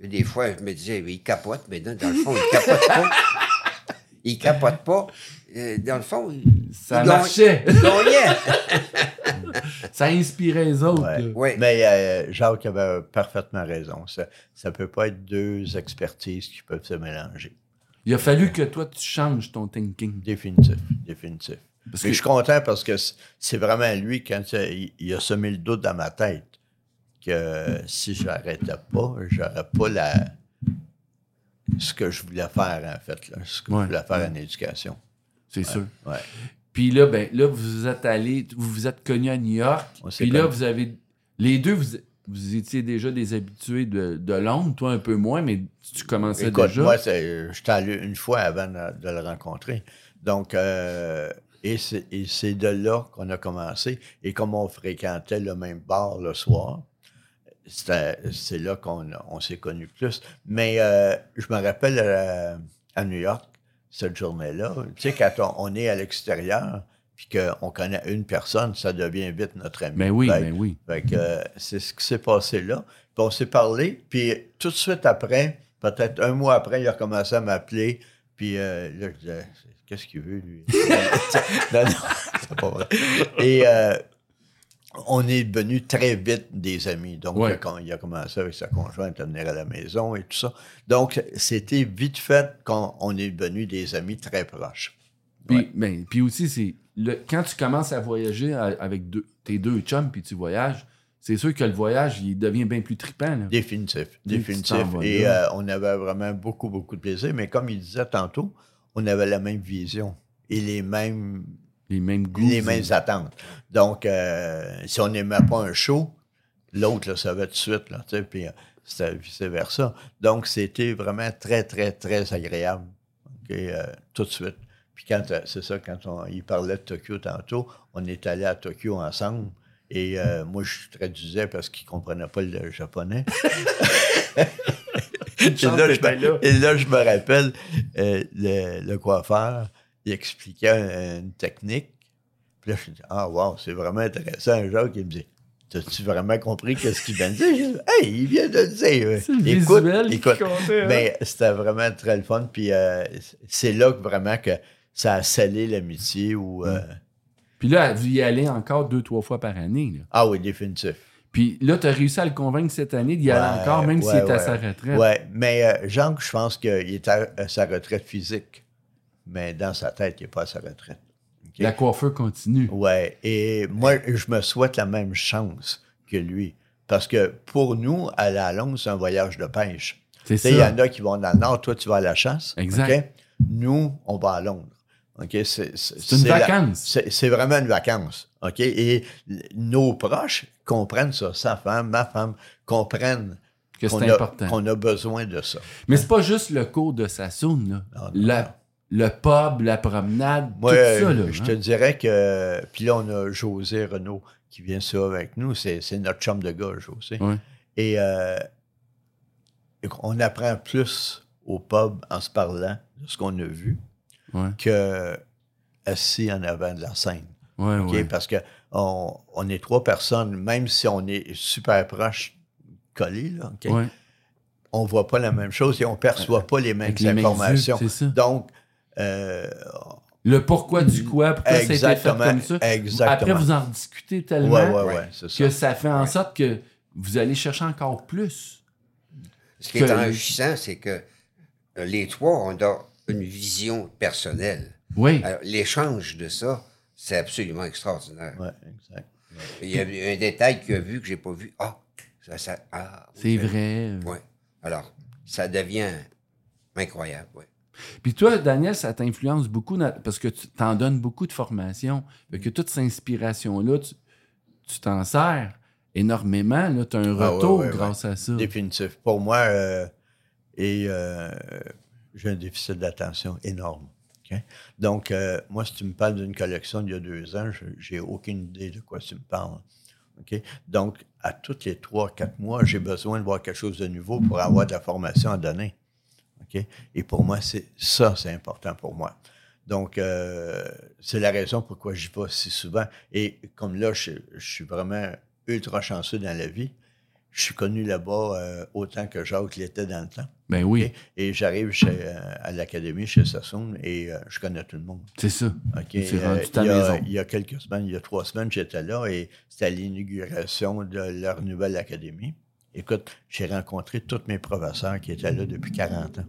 S2: sais, Des fois, je me disais, il capote, mais non, dans le fond, il capote pas. Il capote pas. Euh, Dans le fond, il-
S1: Ça
S2: il gagne-
S1: marchait.
S2: il gagnait.
S1: ça inspirait les autres.
S3: Ouais.
S1: là.
S2: Oui.
S3: Mais euh, Jacques avait parfaitement raison. Ça ne peut pas être deux expertises qui peuvent se mélanger.
S1: Il a fallu que toi, tu changes ton thinking.
S3: Définitif. Définitif.
S1: Parce
S3: Mais
S1: que-
S3: je suis content parce que c- c'est vraiment lui, quand ça- il, il a semé le doute dans ma tête, que si je n'arrêtais pas, j'aurais pas la ce que je voulais faire, en fait, là, ce que
S1: Ouais.
S3: je voulais faire en éducation.
S1: C'est sûr.
S3: Ouais.
S1: Puis là, ben, là, vous êtes allé, vous vous êtes connus à New York.
S3: On s'est
S1: Puis là,
S3: connus.
S1: vous avez. Les deux, vous, vous étiez déjà des habitués de, de Londres, toi un peu moins, mais tu commençais
S3: Écoute,
S1: déjà.
S3: moi, c'est- j'étais allé une fois avant de, de le rencontrer. Donc, euh, et c'est et c'est de là qu'on a commencé. Et comme on fréquentait le même bar le soir, c'était- c'est là qu'on a- on s'est connus plus. Mais euh, je me rappelle euh, à New York, cette journée-là, tu sais, quand on, on est à l'extérieur, puis qu'on connaît une personne, ça devient vite notre ami. Ben,
S1: Mais Ben oui,
S3: Fait-
S1: mais oui.
S3: fait que euh, c'est ce qui s'est passé là. Puis on s'est parlé, puis tout de suite après, peut-être un mois après, il a commencé à m'appeler. Puis euh, là, je disais, qu'est-ce qu'il veut, lui? non, non, c'est pas vrai. Et euh, on est devenus très vite des amis. Donc,
S1: Ouais.
S3: quand il a commencé avec sa conjointe à venir à la maison et tout ça. Donc, c'était vite fait qu'on on est devenus des amis très proches.
S1: Puis, ben, puis aussi, c'est le- quand tu commences à voyager à- avec deux- tes deux chums, puis tu voyages, c'est sûr que le voyage, il devient bien plus trippant. là.
S3: Définitif,
S1: Dès que tu
S3: définitif.
S1: t'en vas
S3: Et
S1: là.
S3: euh, on avait vraiment beaucoup, beaucoup de plaisir. Mais comme il disait tantôt, on avait la même vision et les mêmes,
S1: Les mêmes goûts.
S3: les
S1: c'est-
S3: mêmes attentes. Donc, euh, si on n'aimait pas un show, l'autre le savait tout de suite, là, tu sais, puis euh, c'était vice-versa. Donc, c'était vraiment très, très, très agréable, OK, euh, tout de suite. Puis quand, euh, c'est ça, quand on, il parlait de Tokyo tantôt, on est allé à Tokyo ensemble. Et euh, moi, je traduisais parce qu'il ne comprenait pas le japonais. Et
S1: chance
S3: là,
S1: que
S3: je,
S1: t'étais là.
S3: me- et là, je me rappelle, euh, le, le coiffeur, il expliquait euh, une technique. Puis là, je me dis, ah, wow, c'est vraiment intéressant. Jacques, il me dit, t'as-tu vraiment compris qu'est-ce qu'il vient de dire? Je dis, hey, il vient de le dire.
S1: C'est le
S3: écoute,
S1: visuel qui
S3: écoute. ben,
S1: comptait, hein?
S3: Mais c'était vraiment très le fun. Puis euh, c'est là que vraiment que ça a scellé l'amitié ou. euh,
S1: Mm. Puis là, vous y allez encore deux, trois fois par année. là.
S3: Ah oui, définitif.
S1: Puis là, tu as réussi à le convaincre cette année d'y aller
S3: Ouais,
S1: encore, même s'il
S3: ouais,
S1: est à
S3: ouais.
S1: sa retraite.
S3: Ouais, mais euh, Jacques, je pense qu'il est à, à sa retraite physique. Mais dans sa tête, il n'est pas à sa retraite. OK? Oh.
S1: La coiffeur continue.
S3: Ouais, et moi, je me souhaite la même chance que lui. Parce que pour nous, à la longue, c'est un voyage de pêche.
S1: C'est
S3: Tu sais, Il y
S1: ça.
S3: en a qui vont dans le nord, toi, tu vas à la chasse.
S1: Exact.
S3: OK? Nous, on va à Londres. OK? C'est- C'est
S1: C'est une
S3: c'est la-
S1: vacance.
S3: c'est c'est vraiment une vacance. OK? Et l- nos proches comprennent ça. Sa femme, ma femme, comprennent
S1: Que c'est
S3: qu'on a-
S1: important.
S3: qu'on a besoin de ça.
S1: Mais c'est pas juste le cours de Sassoon, là.
S3: Non, non,
S1: La- le pub, la promenade,
S3: Moi,
S1: tout ça, là.
S3: je
S1: hein.
S3: te dirais que. Puis là, on a José Renault qui vient ça avec nous. C'est c'est notre chum de gars, José.
S1: Ouais.
S3: Et euh, on apprend plus au pub en se parlant de ce qu'on a vu
S1: Ouais,
S3: que assis en avant de la scène.
S1: ouais,
S3: OK?
S1: ouais.
S3: Parce que on, on est trois personnes, même si on est super proches, collés, là, OK?
S1: Ouais.
S3: on voit pas la même chose et on perçoit pas les mêmes
S1: Avec les mêmes
S3: informations.
S1: yeux, c'est ça.
S3: Donc, euh,
S1: Le pourquoi du quoi, pourquoi ça a été fait
S3: Exactement,
S1: comme ça.
S3: exactement.
S1: Après, vous en discutez
S3: ouais,
S1: tellement
S3: ouais, ouais, c'est ça.
S1: que ça fait en sorte que vous allez chercher encore plus.
S2: Ce qui est
S1: que-
S2: enrichissant, c'est que euh, les trois, on a une vision personnelle.
S1: Oui.
S2: Alors, L'échange de ça, c'est absolument extraordinaire.
S3: Ouais, exact.
S2: Il y a eu un détail qu'il a vu que j'ai pas vu. Ah, ça, ça- ah, oui,
S1: C'est
S2: ça-
S1: vrai.
S2: Oui. Alors, ça devient incroyable, oui.
S1: Puis toi, Daniel, ça t'influence beaucoup dans- parce que tu t'en
S3: Mm.
S1: donnes beaucoup de formations. Fait que toute cette inspiration-là, tu tu t'en sers énormément. Tu as un
S3: Ah, ouais,
S1: retour
S3: ouais, ouais.
S1: grâce à ça.
S3: Définitif. Pour moi, euh, et euh, j'ai un déficit d'attention énorme. OK? Donc, euh, moi, si tu me parles d'une collection d'il y a deux ans, je- j'ai aucune idée de quoi tu me parles. OK? Donc, à tous les trois, quatre mois, j'ai besoin de voir quelque chose de nouveau pour avoir de la formation à donner. OK? Et pour moi, c'est ça, c'est important pour moi. Donc, euh, c'est la raison pourquoi j'y vais si souvent. Et comme là, je, je suis vraiment ultra chanceux dans la vie, je suis connu là-bas euh, autant que Jacques l'était dans le temps.
S1: Ben oui,
S3: OK? Et j'arrive chez, euh, à l'académie chez Sassoon et euh, je connais tout le monde.
S1: c'est ça.
S3: OK?
S1: Tu es rendu
S3: Euh,
S1: ta
S3: il y a-
S1: maison.
S3: Il y a quelques semaines, il y a trois semaines, j'étais là et c'était à l'inauguration de leur nouvelle académie. Écoute, j'ai rencontré tous mes professeurs qui étaient là depuis 40 ans.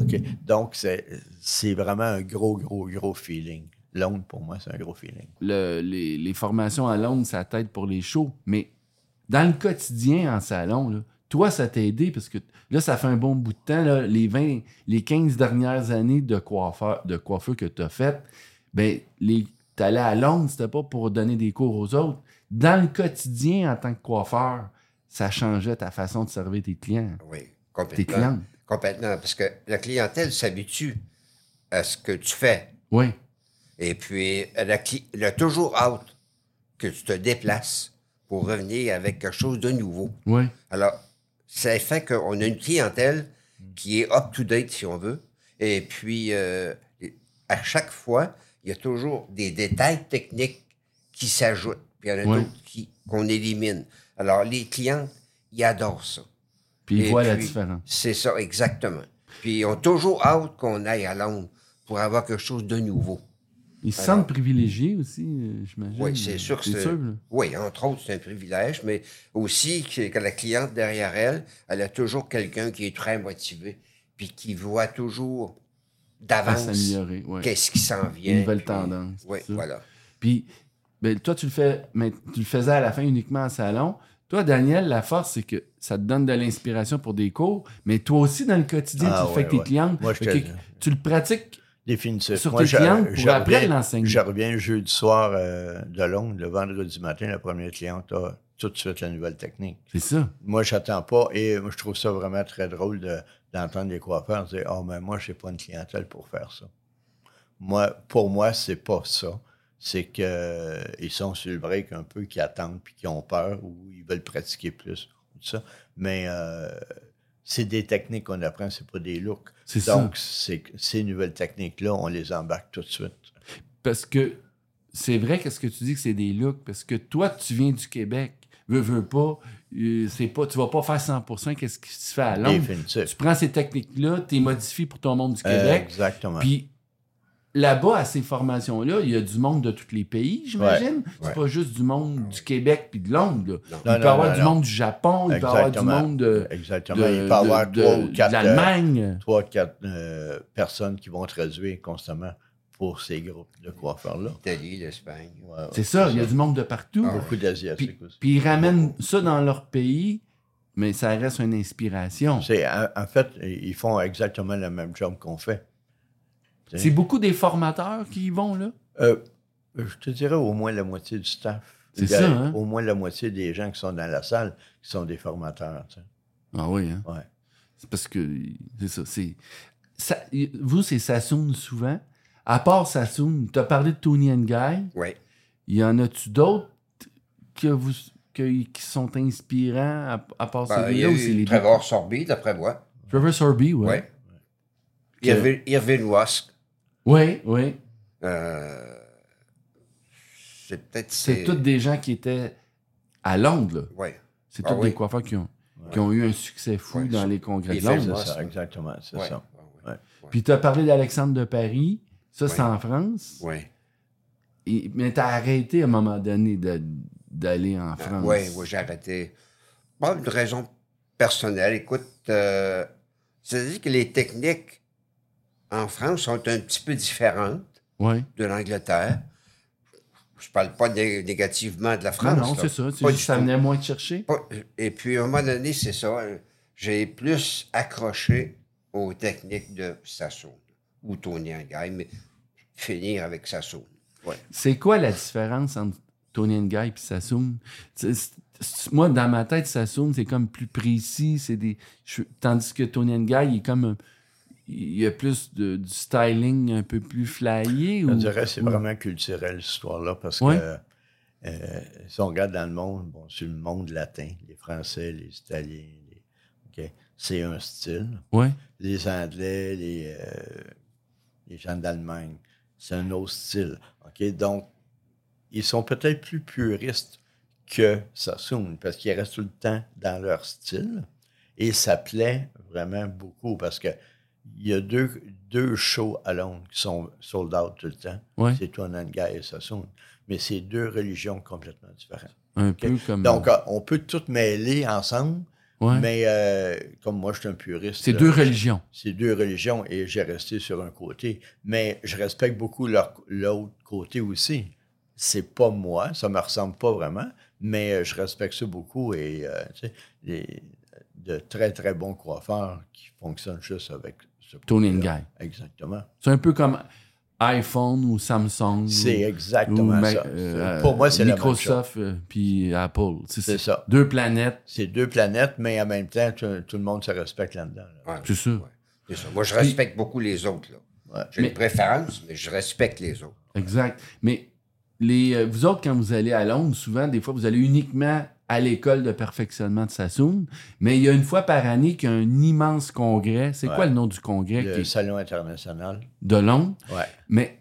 S3: OK? Donc, c'est c'est vraiment un gros, gros, gros feeling. Londres, pour moi, c'est un gros feeling.
S1: Le- les, les formations à Londres, ça t'aide pour les shows. Mais dans le quotidien en salon, là, toi, ça t'a aidé parce que là, ça fait un bon bout de temps. là, les 20, les 15 dernières années de coiffeur, de coiffeur que tu as faites, ben, les- t'allais à Londres, c'était pas pour donner des cours aux autres. Dans le quotidien en tant que coiffeur, ça changeait ta façon de servir tes clients,
S2: Oui,
S1: tes
S2: complètement.
S1: clientes.
S2: Complètement, parce que la clientèle s'habitue à ce que tu fais.
S1: Oui,
S2: Et puis, elle a, cli- elle a toujours hâte que tu te déplaces pour revenir avec quelque chose de nouveau.
S1: oui.
S2: Alors, ça fait qu'on a une clientèle qui est up-to-date, si on veut. Et puis, euh, à chaque fois, il y a toujours des détails techniques qui s'ajoutent. Puis, il y en a
S1: Ouais.
S2: d'autres qui- qu'on élimine. Alors, les clients, ils adorent ça.
S1: Puis ils
S2: Et
S1: voient la
S2: puis,
S1: différence.
S2: C'est ça, exactement. Puis, ils ont toujours hâte qu'on aille à Londres pour avoir quelque chose de nouveau.
S1: Ils se
S2: Alors-
S1: sentent privilégiés aussi, euh, j'imagine.
S2: Oui, c'est sûr que
S1: C'est
S2: c'est-
S1: sûr, là.
S2: Oui, entre autres, c'est un privilège, mais aussi que, que la cliente derrière elle, elle a toujours quelqu'un qui est très motivé, puis qui voit toujours
S1: à
S2: d'avance
S1: s'améliorer. ouais.
S2: qu'est-ce qui s'en vient.
S1: Une nouvelle
S2: puis-
S1: tendance.
S2: Oui,
S1: tout ça.
S2: voilà.
S1: Puis, ben, toi, tu le, fais, mais tu le faisais à la fin uniquement en salon. Toi, Daniel, la force, c'est que ça te donne de l'inspiration pour des cours, mais toi aussi, dans le quotidien, tu
S3: Ah,
S1: le fais
S3: ouais,
S1: avec tes
S3: ouais.
S1: clientes.
S3: Moi, je te
S1: Fait que
S3: le-
S1: Tu le pratiques
S3: Définitif.
S1: sur
S3: Moi,
S1: tes
S3: je-
S1: clientes
S3: je
S1: pour après
S3: reviens-
S1: l'enseigner.
S3: Je reviens jeudi soir euh, de Londres, le vendredi matin, la première cliente a tout de suite la nouvelle technique.
S1: C'est ça.
S3: Moi, j'attends pas et euh, moi, je trouve ça vraiment très drôle de- d'entendre les coiffeurs dire Ah, mais moi, je n'ai pas une clientèle pour faire ça. Moi, pour moi, c'est pas ça. C'est qu'ils sont sur le break un peu, qui attendent puis qui ont peur ou ils veulent pratiquer plus. Tout ça. Mais euh, c'est des techniques qu'on apprend, c'est pas des looks.
S1: C'est ça.
S3: Donc, c'est- ces nouvelles techniques-là, on les embarque tout de suite.
S1: Parce que c'est vrai qu'est-ce que tu dis que c'est des looks, parce que toi, tu viens du Québec. Veux, veux pas, euh, c'est pas, tu vas pas faire 100% qu'est-ce qui se fait à Londres. Tu
S3: Définitif.
S1: prends ces techniques-là, tu les modifies pour ton monde du
S3: Euh,
S1: Québec,
S3: exactement.
S1: Puis là-bas, à ces formations-là, il y a du monde de tous les pays, j'imagine. C'est
S2: ouais.
S1: pas juste du monde du Québec puis de Londres. là. Il
S3: Non,
S1: peut y
S3: non,
S1: avoir
S3: non,
S1: du
S3: non.
S1: monde du Japon, il peut y avoir du
S3: Exactement.
S1: monde de, de,
S3: Exactement. Il peut y avoir
S1: de-
S3: trois
S1: de-
S3: ou quatre, euh,
S1: d'Allemagne.
S3: trois, quatre euh, personnes qui vont traduire constamment pour ces groupes de coiffeurs-là.
S2: L'Italie, l'Espagne.
S3: Ouais, ouais,
S1: C'est ça, il y a du monde de partout.
S2: Ah ouais.
S3: Beaucoup d'Asiatiques aussi.
S1: Puis ils ramènent ça dans leur pays, mais ça reste une inspiration.
S3: C'est- en, en fait, ils font exactement le même job qu'on fait.
S1: C'est beaucoup des formateurs qui y vont, là.
S3: Euh, je te dirais au moins la moitié du staff.
S1: C'est
S3: Il y a
S1: ça, hein?
S3: Au moins la moitié des gens qui sont dans la salle qui sont des formateurs. tu sais.
S1: Ah oui, hein?
S3: Ouais.
S1: C'est parce que c'est ça. C'est, ça vous, c'est Sassoon souvent. À part Sassoon, tu as parlé de Tony Guy.
S2: Oui.
S1: Il y en a-tu d'autres que vous, que- qui sont inspirants à, à part
S2: Ben, il y
S1: celui-là
S2: a
S1: ou c'est
S2: eu
S1: les
S2: Trevor Sorby, d'après moi.
S1: deux? Trevor Sorby,
S2: Oui.
S1: ouais.
S2: Irvin, Irvin Wask.
S1: Oui, oui.
S2: euh, c'est peut-être...
S1: C'est tous des gens qui étaient à Londres. là.
S2: Oui.
S1: C'est
S2: Ah
S1: tous
S2: oui.
S1: des coiffeurs qui ont,
S3: Ouais.
S1: qui ont eu un succès fou
S2: Ouais,
S1: dans
S2: ça-
S1: les congrès
S2: les
S1: de
S2: films,
S1: Londres.
S3: C'est
S2: ouais,
S3: ça,
S2: ça.
S3: exactement. C'est
S2: Ouais,
S3: ça.
S2: ouais,
S3: Ouais.
S1: Puis tu as parlé d'Alexandre de Paris. Ça, c'est
S2: Ouais.
S1: en France.
S2: ouais.
S1: Et- mais tu as arrêté à un moment donné de- d'aller en
S2: Ah,
S1: France.
S2: ouais, ouais, j'ai arrêté. Pas une raison personnelle. Écoute, euh, c'est-à-dire que les techniques en France sont un petit peu différentes
S1: Ouais.
S2: de l'Angleterre. Je parle pas né- négativement de la
S1: Non,
S2: France.
S1: non,
S2: là.
S1: c'est ça. C'est
S2: Pas
S1: juste
S2: du
S1: ça
S2: tout.
S1: venait moins te chercher.
S2: Pas- Et puis, à un moment donné, c'est ça. euh, J'ai plus accroché aux techniques de Sassoon ou Tony Angay, mais finir avec Sassoon.
S1: C'est quoi la différence entre Tony Guy et Sassoon? C'est- c'est- c- moi, dans ma tête, Saturne, c'est comme plus précis. c'est des je- Tandis que Tony and Guy, il est comme. un- Il y a plus de, du styling un peu plus flyé.
S3: Je
S1: Ou...
S3: dirais que c'est
S1: ou-
S3: vraiment culturel, cette histoire-là, parce
S1: Ouais.
S3: que euh, si on regarde dans le monde, bon, c'est le monde latin, les Français, les Italiens, les- ok, c'est un style.
S1: Ouais.
S3: Les Anglais, les, euh, les gens d'Allemagne, c'est un autre style. ok. Donc, ils sont peut-être plus puristes que Sassoon, parce qu'ils restent tout le temps dans leur style. Et ça plaît vraiment beaucoup, parce que il y a deux, deux shows à Londres qui sont sold out tout le temps.
S1: Ouais.
S3: C'est Tonanga et Sassoon. Mais c'est deux religions complètement différentes.
S1: Un peu comme.
S3: Donc, euh, on peut tout mêler ensemble,
S1: Hmm. ouais.
S3: mais euh, comme moi, je suis un puriste.
S1: c'est
S3: là,
S1: deux
S3: je-
S1: religions.
S3: c'est deux religions et j'ai resté sur un côté. Mais je respecte beaucoup leur- l'autre côté aussi. C'est pas moi, ça me ressemble pas vraiment, mais euh, je respecte ça beaucoup et euh, tu sais, les- de très, très bons coiffeurs qui fonctionnent juste avec ce
S1: Tony and
S3: côté-là.
S1: Guy.
S3: Exactement.
S1: C'est un peu comme iPhone ou Samsung.
S3: C'est
S1: ou-
S3: exactement
S1: ou Ma-
S3: ça.
S1: euh,
S3: Pour moi, c'est la même
S1: Microsoft euh, puis Apple. Tu sais,
S3: C'est ça.
S1: Deux planètes,
S3: C'est deux planètes, mais en même temps, tout, tout le monde se respecte là-dedans. là.
S2: Ouais,
S1: c'est ça.
S2: ouais, c'est ça. Moi, je respecte beaucoup les autres. là.
S3: Ouais.
S2: J'ai
S1: Mais-
S2: une préférence, mais je respecte les autres.
S1: Exact. Mais les, euh, vous autres, quand vous allez à Londres, souvent, des fois, vous allez uniquement à l'école de perfectionnement de Sassoon, mais il y a une fois par année qu'il y a un immense congrès. C'est
S3: Ouais.
S1: quoi le nom du congrès qui
S3: Le
S1: est
S3: salon international.
S1: de Londres?
S3: Ouais.
S1: Mais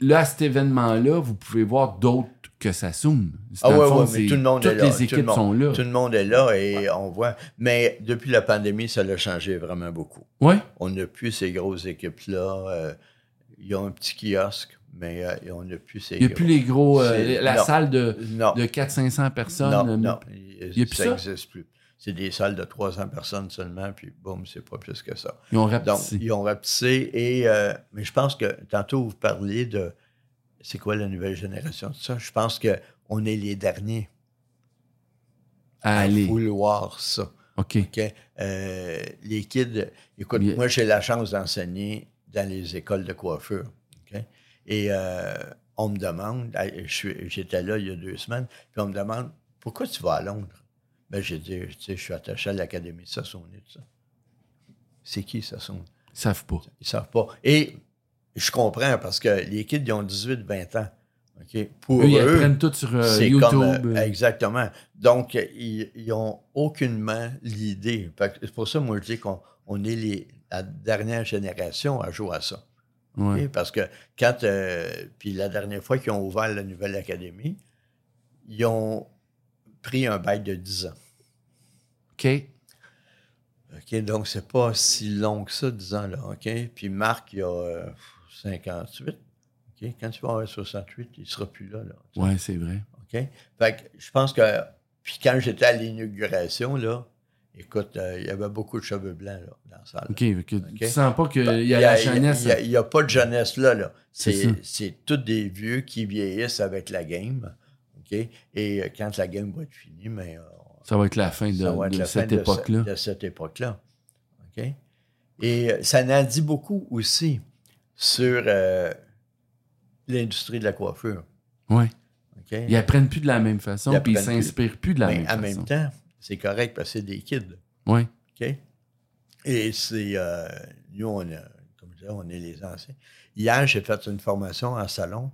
S1: là, à cet événement-là, vous pouvez voir d'autres que Sassoon. C'est-
S3: Ah
S1: dans
S3: ouais,
S1: le fond,
S3: ouais,
S1: c'est-
S3: mais tout le monde
S1: toutes
S3: est là.
S1: les
S3: tout le
S1: équipes
S3: monde,
S1: sont là.
S3: Tout le monde est là et on voit. Mais depuis la pandémie, ça l'a changé vraiment beaucoup.
S1: Oui,
S3: On n'a plus ces grosses équipes-là. euh, ils ont un petit kiosque, mais euh, on n'a plus ces
S1: il n'y a plus les gros... euh,
S3: C'est-
S1: la
S3: non.
S1: salle de,
S3: Non,
S1: de 400-500 personnes.
S3: non,
S1: euh,
S3: non.
S1: y a plus
S3: ça
S1: ça?
S3: n'existe plus. C'est des salles de 300 personnes seulement, puis boum, c'est pas plus que ça.
S1: Ils ont
S3: Donc,
S1: rapetissé.
S3: ils ont rapetissé et... euh, mais je pense que tantôt, vous parliez de... C'est quoi la nouvelle génération de ça? Je pense qu'on est les derniers à
S1: Allez,
S3: vouloir ça.
S1: OK.
S3: OK? Euh, les kids, écoute,
S1: Bien.
S3: moi, j'ai la chance d'enseigner dans les écoles de coiffure. OK? Et euh, on me demande, ah, je suis- j'étais là il y a deux semaines, puis on me demande pourquoi tu vas à Londres? Ben, j'ai dit, tu sais, je suis attaché à l'Académie de Sassonnet, tout ça. C'est qui Sassonnet?
S1: Ils savent pas.
S3: Ils savent pas. Et je comprends parce que les kids, ils ont 18-20 ans. OK? Pour
S1: Eux, ils
S3: eux
S1: apprennent tout sur euh,
S3: c'est
S1: YouTube.
S3: comme, euh,
S1: euh,
S3: exactement. Donc, euh, ils ils ont aucunement l'idée. Fait que C'est pour ça, moi, je dis qu'on on est les, la dernière génération à jouer à ça.
S1: ouais.
S3: Et Parce que quand, euh, puis la dernière fois qu'ils ont ouvert la nouvelle académie, ils ont pris un bail de 10 ans.
S1: OK.
S3: OK, donc c'est pas si long que ça, 10 ans, là, OK? Puis Marc, il a euh, 58, OK? Quand tu vas avoir 68, il sera plus là, là. tu sais.
S1: Ouais, c'est vrai.
S3: OK? Fait que je pense que. Puis quand j'étais à l'inauguration, là, écoute, euh, il y avait beaucoup de cheveux blancs là, dans la salle.
S1: OK. fait que
S3: OK. Ben,
S1: Tu sens pas qu'il
S3: Il
S1: y a la jeunesse.
S3: il y a- Il n'y a, pas de jeunesse là. là.
S1: C'est
S3: C'est
S1: ça.
S3: c'est tous des vieux qui vieillissent avec la game. OK? Et euh, quand la game va être finie, mais euh,
S1: Ça va être la fin de,
S3: ça va être
S1: de
S3: la fin
S1: cette
S3: de ce-
S1: époque-là.
S3: De cette époque-là. OK? Et euh, ça en dit beaucoup aussi sur euh, l'industrie de la coiffure.
S1: Ouais.
S3: OK?
S1: Ils apprennent plus de la même façon,
S3: Ils
S1: puis ils
S3: apprennent plus.
S1: s'inspirent plus de la
S3: Mais
S1: même
S3: en
S1: façon.
S3: même temps, c'est correct parce que c'est des kids.
S1: Ouais.
S3: OK? Et c'est. euh, nous, on a, comme je disais, on est les anciens. Hier, j'ai fait une formation en salon.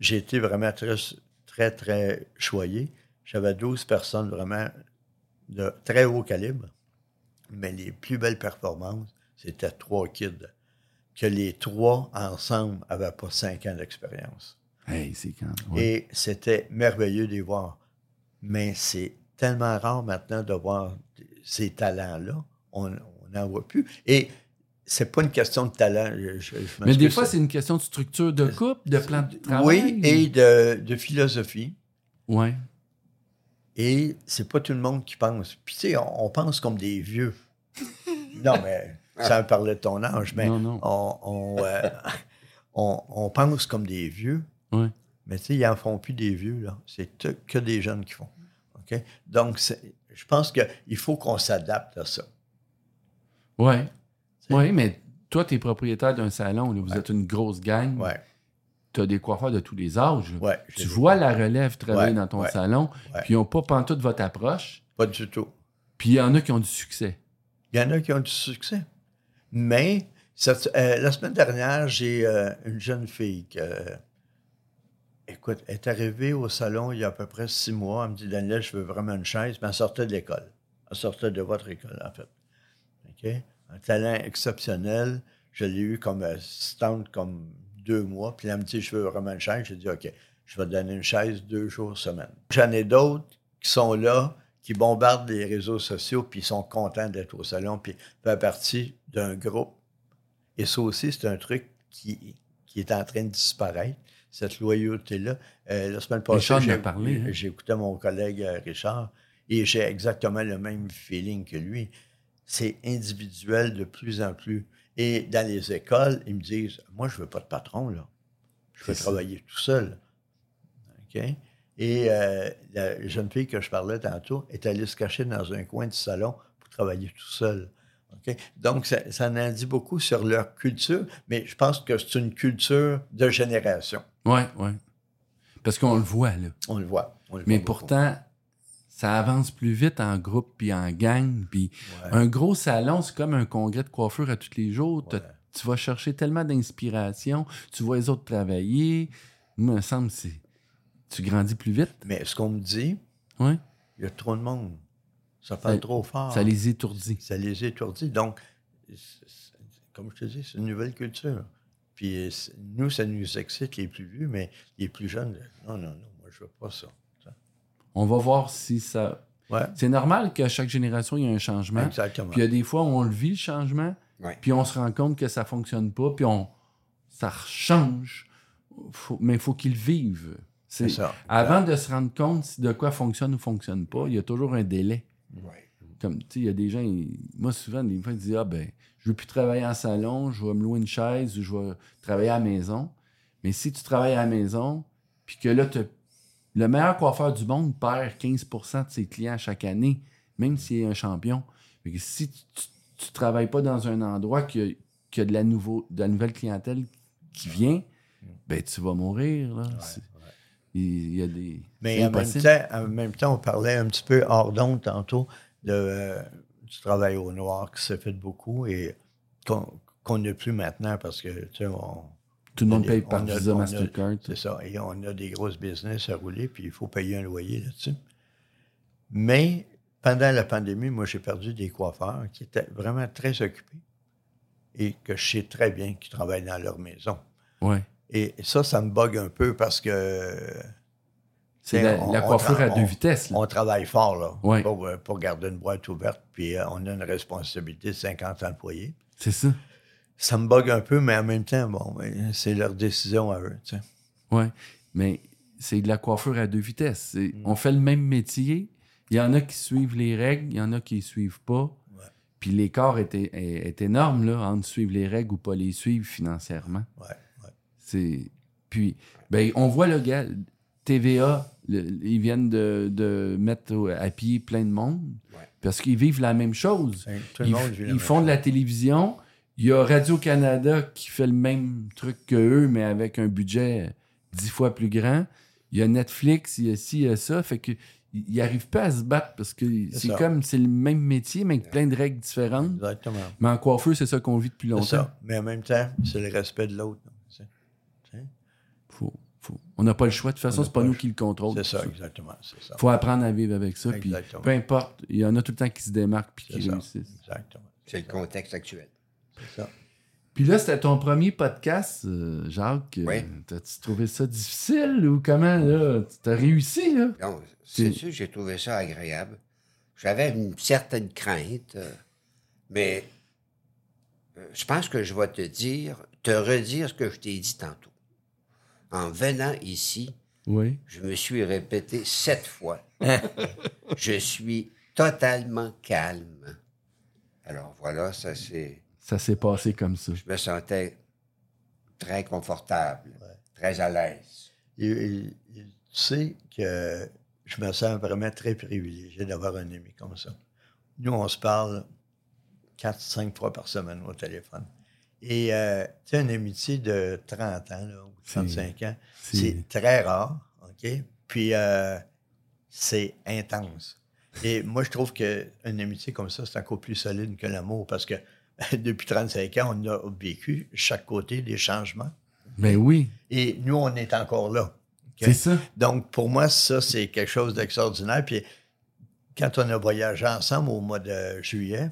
S3: J'ai été vraiment très, très, très choyé. J'avais 12 personnes vraiment de très haut calibre. Mais les plus belles performances, c'était trois kids. Que les trois ensemble n'avaient pas cinq ans d'expérience.
S1: Hey, c'est quand. ouais.
S3: Et c'était merveilleux de les voir. Mais c'est tellement rare maintenant de voir ces talents-là. On on n'en voit plus. Et c'est pas une question de talent. je- je- je
S1: Mais des
S3: m'excuse.
S1: fois, c'est une question de structure de couple, de plan de travail.
S3: Oui, et de, de philosophie.
S1: Ouais.
S3: Et c'est pas tout le monde qui pense. Puis, tu sais, on, on pense comme des vieux. non, mais ça me parlait de ton âge, mais
S1: Non, non.
S3: On, on, euh, on- on pense comme des vieux.
S1: Ouais.
S3: Mais tu sais, ils n'en font plus des vieux, là. C'est que- que des jeunes qui font. OK? Donc, c'est- je pense qu'il faut qu'on s'adapte à ça.
S1: Ouais.
S3: C'est-
S1: Ouais, mais toi, tu es propriétaire d'un salon. là. Vous êtes une grosse gang.
S3: Ouais.
S1: tu as des coiffeurs de tous les âges.
S3: Ouais,
S1: tu
S3: j'ai des
S1: vois la
S3: coiffeurs.
S1: relève travailler
S3: Ouais,
S1: dans ton
S3: ouais,
S1: salon,
S3: ouais.
S1: puis ils n'ont pas pantoute votre approche,
S3: Pas du tout.
S1: puis il y en a qui ont du succès.
S3: Il y en a qui ont du succès. Mais cette- euh, la semaine dernière, j'ai euh, une jeune fille qui, euh, écoute, elle est arrivée au salon il y a à peu près six mois. Elle me dit, Daniel, je veux vraiment une chaise. Mais elle sortait de l'école. Elle sortait de votre école, en fait. OK? Un talent exceptionnel. Je l'ai eu comme assistante comme deux mois. Puis elle me dit, je veux vraiment une chaise. J'ai dit, OK, je vais te donner une chaise deux jours semaine. J'en ai d'autres qui sont là, qui bombardent les réseaux sociaux, puis ils sont contents d'être au salon, puis faire partie d'un groupe. Et ça aussi, c'est un truc qui, qui est en train de disparaître, cette loyauté-là. Euh, la semaine passée,
S1: Richard en a
S3: j'ai-
S1: parlé, hein?
S3: j'écoutais mon collègue euh, Richard, et j'ai exactement le même feeling que lui. C'est individuel de plus en plus. Et dans les écoles, ils me disent, moi, je veux pas de patron, là. Je
S1: C'est
S3: veux
S1: ça.
S3: travailler tout seul. OK? Et euh, la jeune fille que je parlais tantôt est allée se cacher dans un coin du salon pour travailler tout seul. OK? Donc, ça, ça en dit beaucoup sur leur culture, mais je pense que c'est une culture de génération.
S1: Oui, oui. Parce qu'on le voit, là.
S3: On le voit. on le
S1: Mais
S3: voit beaucoup.
S1: pourtant, ça avance plus vite en groupe puis en gang. Puis
S3: Ouais.
S1: un gros salon, c'est comme un congrès de coiffure à tous les jours. T'as-
S3: Ouais.
S1: Tu vas chercher tellement d'inspiration. Tu vois les autres travailler. Moi, il me semble que c'est- tu grandis plus vite.
S3: Mais ce qu'on me dit,
S1: Ouais.
S3: il y a trop de monde. Ça parle
S1: Ça-
S3: trop fort.
S1: Ça les étourdit.
S3: ça les étourdit. Donc, c'est- c'est- comme je te dis, c'est une nouvelle culture. Puis euh, c'est- nous, ça nous excite les plus vieux, mais les plus jeunes, non, non, non, moi, je veux pas ça.
S1: On va voir si ça.
S3: Ouais,
S1: C'est normal qu'à chaque génération, il y a un changement.
S3: exactement.
S1: Puis euh, il y a des fois où on le vit, le changement,
S2: Ouais.
S1: puis on se rend compte que ça fonctionne pas, puis on, ça change. Faut- mais il faut qu'ils le vivent.
S3: c'est
S1: C'est
S3: ça.
S1: Avant de se rendre compte si de quoi fonctionne ou fonctionne pas, il y a toujours un délai.
S2: Ouais.
S1: Comme, tu sais, il y a des gens, ils- moi, souvent, des fois, ils disent, ah ben, je veux plus travailler en salon, je vais me louer une chaise ou je vais travailler à la maison. Mais si tu travailles à la maison, puis que là, t'as- le meilleur coiffeur du monde perd 15 de ses clients chaque année, même s'il est un champion. Fait que si tu, tu- tu travailles pas dans un endroit qui a, qui a de, la nouveau, de la nouvelle clientèle qui vient, ben, tu vas mourir, là. C'est- Il il y a des.
S3: Mais
S1: c'est
S3: en même,
S1: impossible.
S3: temps, en même temps, on parlait un petit peu hors d'onde tantôt de, euh, du travail au noir qui s'est fait beaucoup et qu'on qu'on n'a plus maintenant parce que, tu sais, on,
S1: Tout le monde
S3: on a-
S1: paye
S3: on
S1: par
S3: a-
S1: Visa,
S3: on a-
S1: Mastercard.
S3: C'est ça. Et on a des grosses business à rouler, puis il faut payer un loyer là-dessus. Mais pendant la pandémie, moi, j'ai perdu des coiffeurs qui étaient vraiment très occupés et que je sais très bien qu'ils travaillent dans leur maison.
S1: Ouais.
S3: Et ça, ça me bug un peu parce que
S1: C'est
S3: Tiens,
S1: la,
S3: Ben, on-
S1: la
S3: on
S1: coiffure
S3: tra-
S1: à deux
S3: on-
S1: vitesses. là.
S3: on travaille fort là,
S1: Ouais.
S3: pour, euh, pour garder une boîte ouverte, puis euh, on a une responsabilité de 50 employés.
S1: C'est ça.
S3: Ça me bug un peu, mais en même temps, bon, ben, c'est leur décision à eux. tu sais.
S1: Ouais. Mais c'est de la coiffure à deux vitesses. C'est-
S3: Mm.
S1: On fait le même métier. Il y en a qui suivent les règles, il y en a qui ne suivent pas.
S3: Ouais.
S1: Puis l'écart est, é- est- est énorme là, entre suivre les règles ou pas les suivre financièrement.
S3: Ouais, ouais.
S1: C'est puis ben on voit le gars TVA le- ils viennent de, de mettre au- à pied plein de monde
S2: Ouais.
S1: parce qu'ils vivent la même chose.
S3: Ben, tout le
S1: ils
S3: monde
S1: f-
S3: vit la
S1: ils
S3: même
S1: font de la télévision. Il y a Radio-Canada qui fait le même truc que eux, mais avec un budget dix fois plus grand. Il y a Netflix, il y a ci, il y a ça. Fait que ils n'arrivent pas à se battre parce que
S3: C'est
S1: c'est
S3: ça.
S1: comme c'est le même métier, mais avec plein de règles différentes.
S3: Exactement.
S1: Mais en coiffeur, c'est ça qu'on vit depuis
S3: C'est
S1: longtemps.
S3: ça. Mais en même temps, c'est le respect de l'autre. tu sais.
S1: Faut- faut- On n'a pas le choix. De toute façon,
S3: On
S1: c'est
S3: n'a
S1: pas
S3: pas le
S1: nous
S3: choix.
S1: qui le contrôlons.
S3: C'est ça, exactement. C'est ça.
S1: faut apprendre à vivre avec ça. Puis
S3: Exactement.
S1: peu importe, il y en a tout le temps qui se démarquent puis
S3: C'est
S1: qui
S3: ça.
S1: réussissent.
S3: Exactement.
S2: C'est le contexte actuel.
S3: C'est ça.
S1: Puis là, c'était ton premier podcast, euh, Jacques. Euh,
S2: Oui.
S1: T'as-tu trouvé ça difficile ou comment, là? Tu T'as réussi, là?
S2: Donc, c'est
S1: Mm.
S2: sûr, j'ai trouvé ça agréable. J'avais une certaine crainte, euh, mais euh, je pense que je vais te dire, te redire ce que je t'ai dit tantôt. En venant ici,
S1: Oui.
S2: je me suis répété sept fois. je suis totalement calme. Alors voilà, ça c'est.
S1: Ça s'est passé comme ça.
S2: Je me sentais très confortable, très à l'aise.
S3: Et- et- et tu sais que je me sens vraiment très privilégié d'avoir un ami comme ça. Nous, on se parle 4-5 fois par semaine au téléphone. Et euh, tu sais, une amitié de 30 ans, là, ou
S1: C'est-
S3: 35 ans,
S1: c'est-
S3: c'est très rare, OK? Puis euh, c'est intense. Et moi, je trouve qu'une amitié comme ça, c'est encore plus solide que l'amour parce que depuis 35 ans, on a vécu chaque côté des changements.
S1: Ben oui,
S3: Et nous, on est encore là. OK?
S1: c'est ça.
S3: Donc, pour moi, ça, c'est quelque chose d'extraordinaire. Puis, quand on a voyagé ensemble au mois de juillet,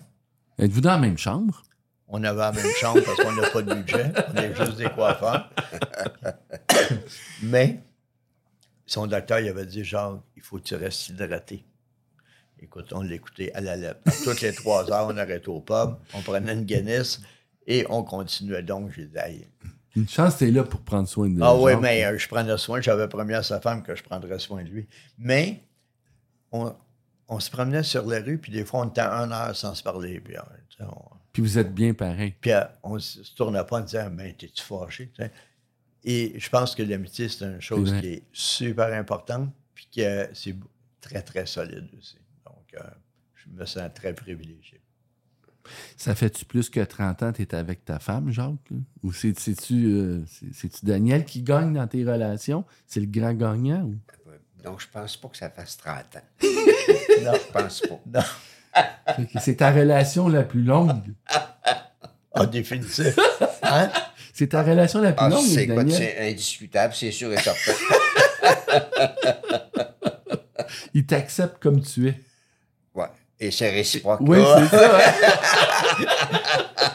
S1: Êtes-vous dans la même chambre?
S3: on avait la même chambre parce qu'on n'a pas de budget. On est juste des coiffeurs. Mais son docteur, il avait dit, genre, il faut que tu restes hydraté. Écoute, on l'écoutait à la lettre. Toutes les trois heures, on arrêtait au pub, on prenait une Guinness et on continuait. Donc, j'ai dit, Aïe.
S1: Une chance, t'es là pour prendre soin de
S3: Ah oui,
S1: gens.
S3: mais euh, je prenais soin. J'avais promis à sa femme que je prendrais soin de lui. Mais on, on se promenait sur les rues, puis des fois, on était à une heure sans se parler. Puis, euh, tu sais, on,
S1: Puis vous êtes bien pareil.
S3: puis, euh, on se se tournait pas en disant Mais t'es-tu fâché Tu sais. Et je pense que l'amitié, c'est une chose
S1: vrai.
S3: qui est super importante, puis que c'est très, très solide aussi. Donc, euh, je me sens très privilégié.
S1: Ça fait-tu plus que 30 ans que t'es avec ta femme, Jacques? là? Ou c'est- c'est-tu euh, c'est- c'est-tu Daniel qui gagne dans tes relations? C'est le grand gagnant? ou?
S2: Donc, je pense pas que ça fasse 30 ans.
S3: Non,
S2: Je pense pas.
S1: Fait que C'est ta relation la plus longue.
S3: en Ah, définitif. Hein?
S1: C'est ta relation la plus
S2: Ah,
S1: longue,
S2: c'est quoi,
S1: Daniel.
S2: c'est indiscutable, c'est sûr et certain.
S1: Il t'accepte comme tu es.
S2: Ouais. Et c'est réciproque.
S1: Oui, c'est ça. hein?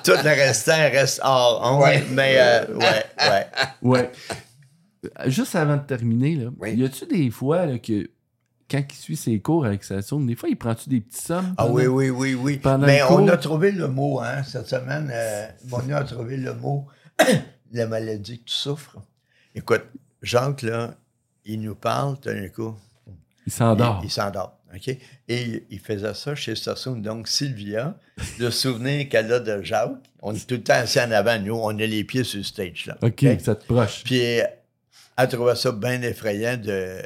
S3: Tout le restant reste hors honte,
S2: Ouais.
S3: mais euh, ouais, ouais.
S1: Ouais. Juste avant de terminer, là,
S2: Oui.
S1: y a-tu des fois là, que quand il suit ses cours avec sa sonde, des fois il prend-tu des petites sommes?
S3: Ah
S1: pendant-
S3: oui, oui, oui, oui.
S1: Pendant
S3: Mais
S1: le
S3: on
S1: cours.
S3: a trouvé le mot, hein, cette semaine. euh, Moni a trouvé le mot, la maladie que tu souffres. Écoute, Jacques, là, il nous parle d'un coup.
S1: Il
S3: Il-
S1: s'endort.
S3: Il, s'endort. OK? Et il, il faisait ça chez Sassoon. Donc, Sylvia, le souvenir qu'elle a de Jacques, on est tout le temps assis en avant, nous, on a les pieds sur le stage, là.
S1: OK, ça te proche.
S3: Ben, Puis elle trouvait ça bien effrayant de.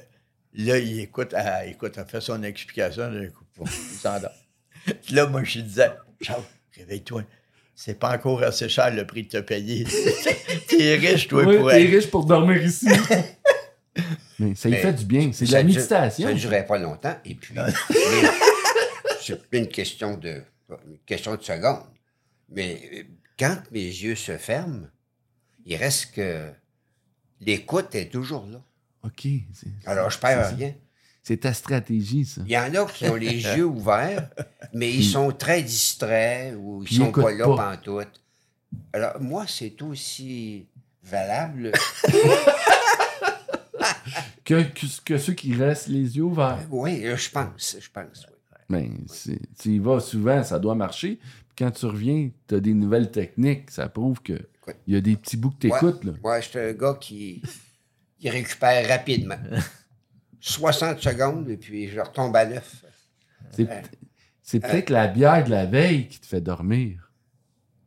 S3: Là, il écoute, elle, écoute, elle fait son explication, d'un coup, pouf, il s'endort. Puis là, moi, je lui disais, Ciao, réveille-toi. C'est pas encore assez cher le prix de te payer. t'es riche, toi,
S1: Ouais,
S3: pour
S1: t'es
S3: être.
S1: riche pour dormir ici. Mais ça lui
S3: Ben,
S2: Mais
S1: fait du bien. C'est de
S2: Ça
S1: la
S2: dure-
S1: méditation.
S2: Ça ne durait pas longtemps. Et puis, mais c'est plus une question de une question de seconde. Mais euh, quand mes yeux se ferment, il reste que l'écoute est toujours là.
S1: OK. c'est-
S2: Alors, je
S1: C'est
S2: perds
S1: ça.
S2: rien.
S1: C'est ta stratégie, ça.
S2: Il y en a qui ont les yeux ouverts, mais ils sont très distraits ou ils
S1: Puis ils
S2: sont pas
S1: écoutent
S2: là
S1: pas.
S2: pantoute. Alors, moi, c'est aussi valable.
S1: Que, que, que ceux qui restent les yeux ouverts.
S2: Oui, euh, je pense, je pense. oui.
S1: Mais Ben, c'est- tu y vas souvent, ça doit marcher. Puis quand tu reviens, t'as des nouvelles techniques. Ça prouve que
S2: Écoute.
S1: il y a des petits bouts que t'écoutes. là.
S2: Moi, je suis un gars qui, qui récupère rapidement. 60 secondes, et puis je retombe à neuf.
S1: C'est
S2: Ouais.
S1: c'est peut-être la bière de la veille qui te fait dormir.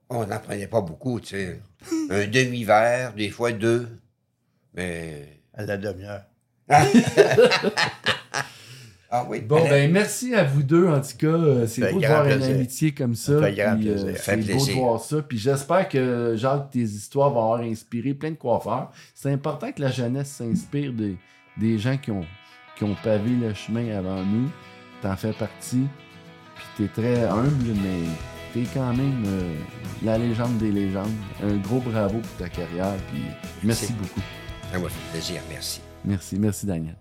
S2: On n'en prenait pas beaucoup, tu sais. Un demi-verre, des fois deux. Mais.
S3: À la demi-heure.
S2: Ah oui.
S1: Bon,
S2: allez.
S1: ben merci à vous deux, en tout cas. Euh, C'est
S3: Ça fait
S1: beau de
S3: grand
S1: voir une
S3: plaisir.
S1: amitié comme ça.
S3: Ça fait grand
S1: puis, euh,
S3: plaisir. Ça
S2: fait
S1: c'est beau de
S2: plaisir.
S1: voir ça. Puis j'espère que, Jacques, tes histoires vont avoir inspiré plein de coiffeurs. C'est important que la jeunesse s'inspire des, des gens qui ont, qui ont pavé le chemin avant nous. T'en fais partie. Puis t'es très humble, mais t'es quand même euh, la légende des légendes. Un gros bravo pour ta carrière. Puis merci
S2: Merci.
S1: beaucoup.
S2: Ça m'a Ah fait plaisir, merci.
S1: Merci. Merci, Daniel.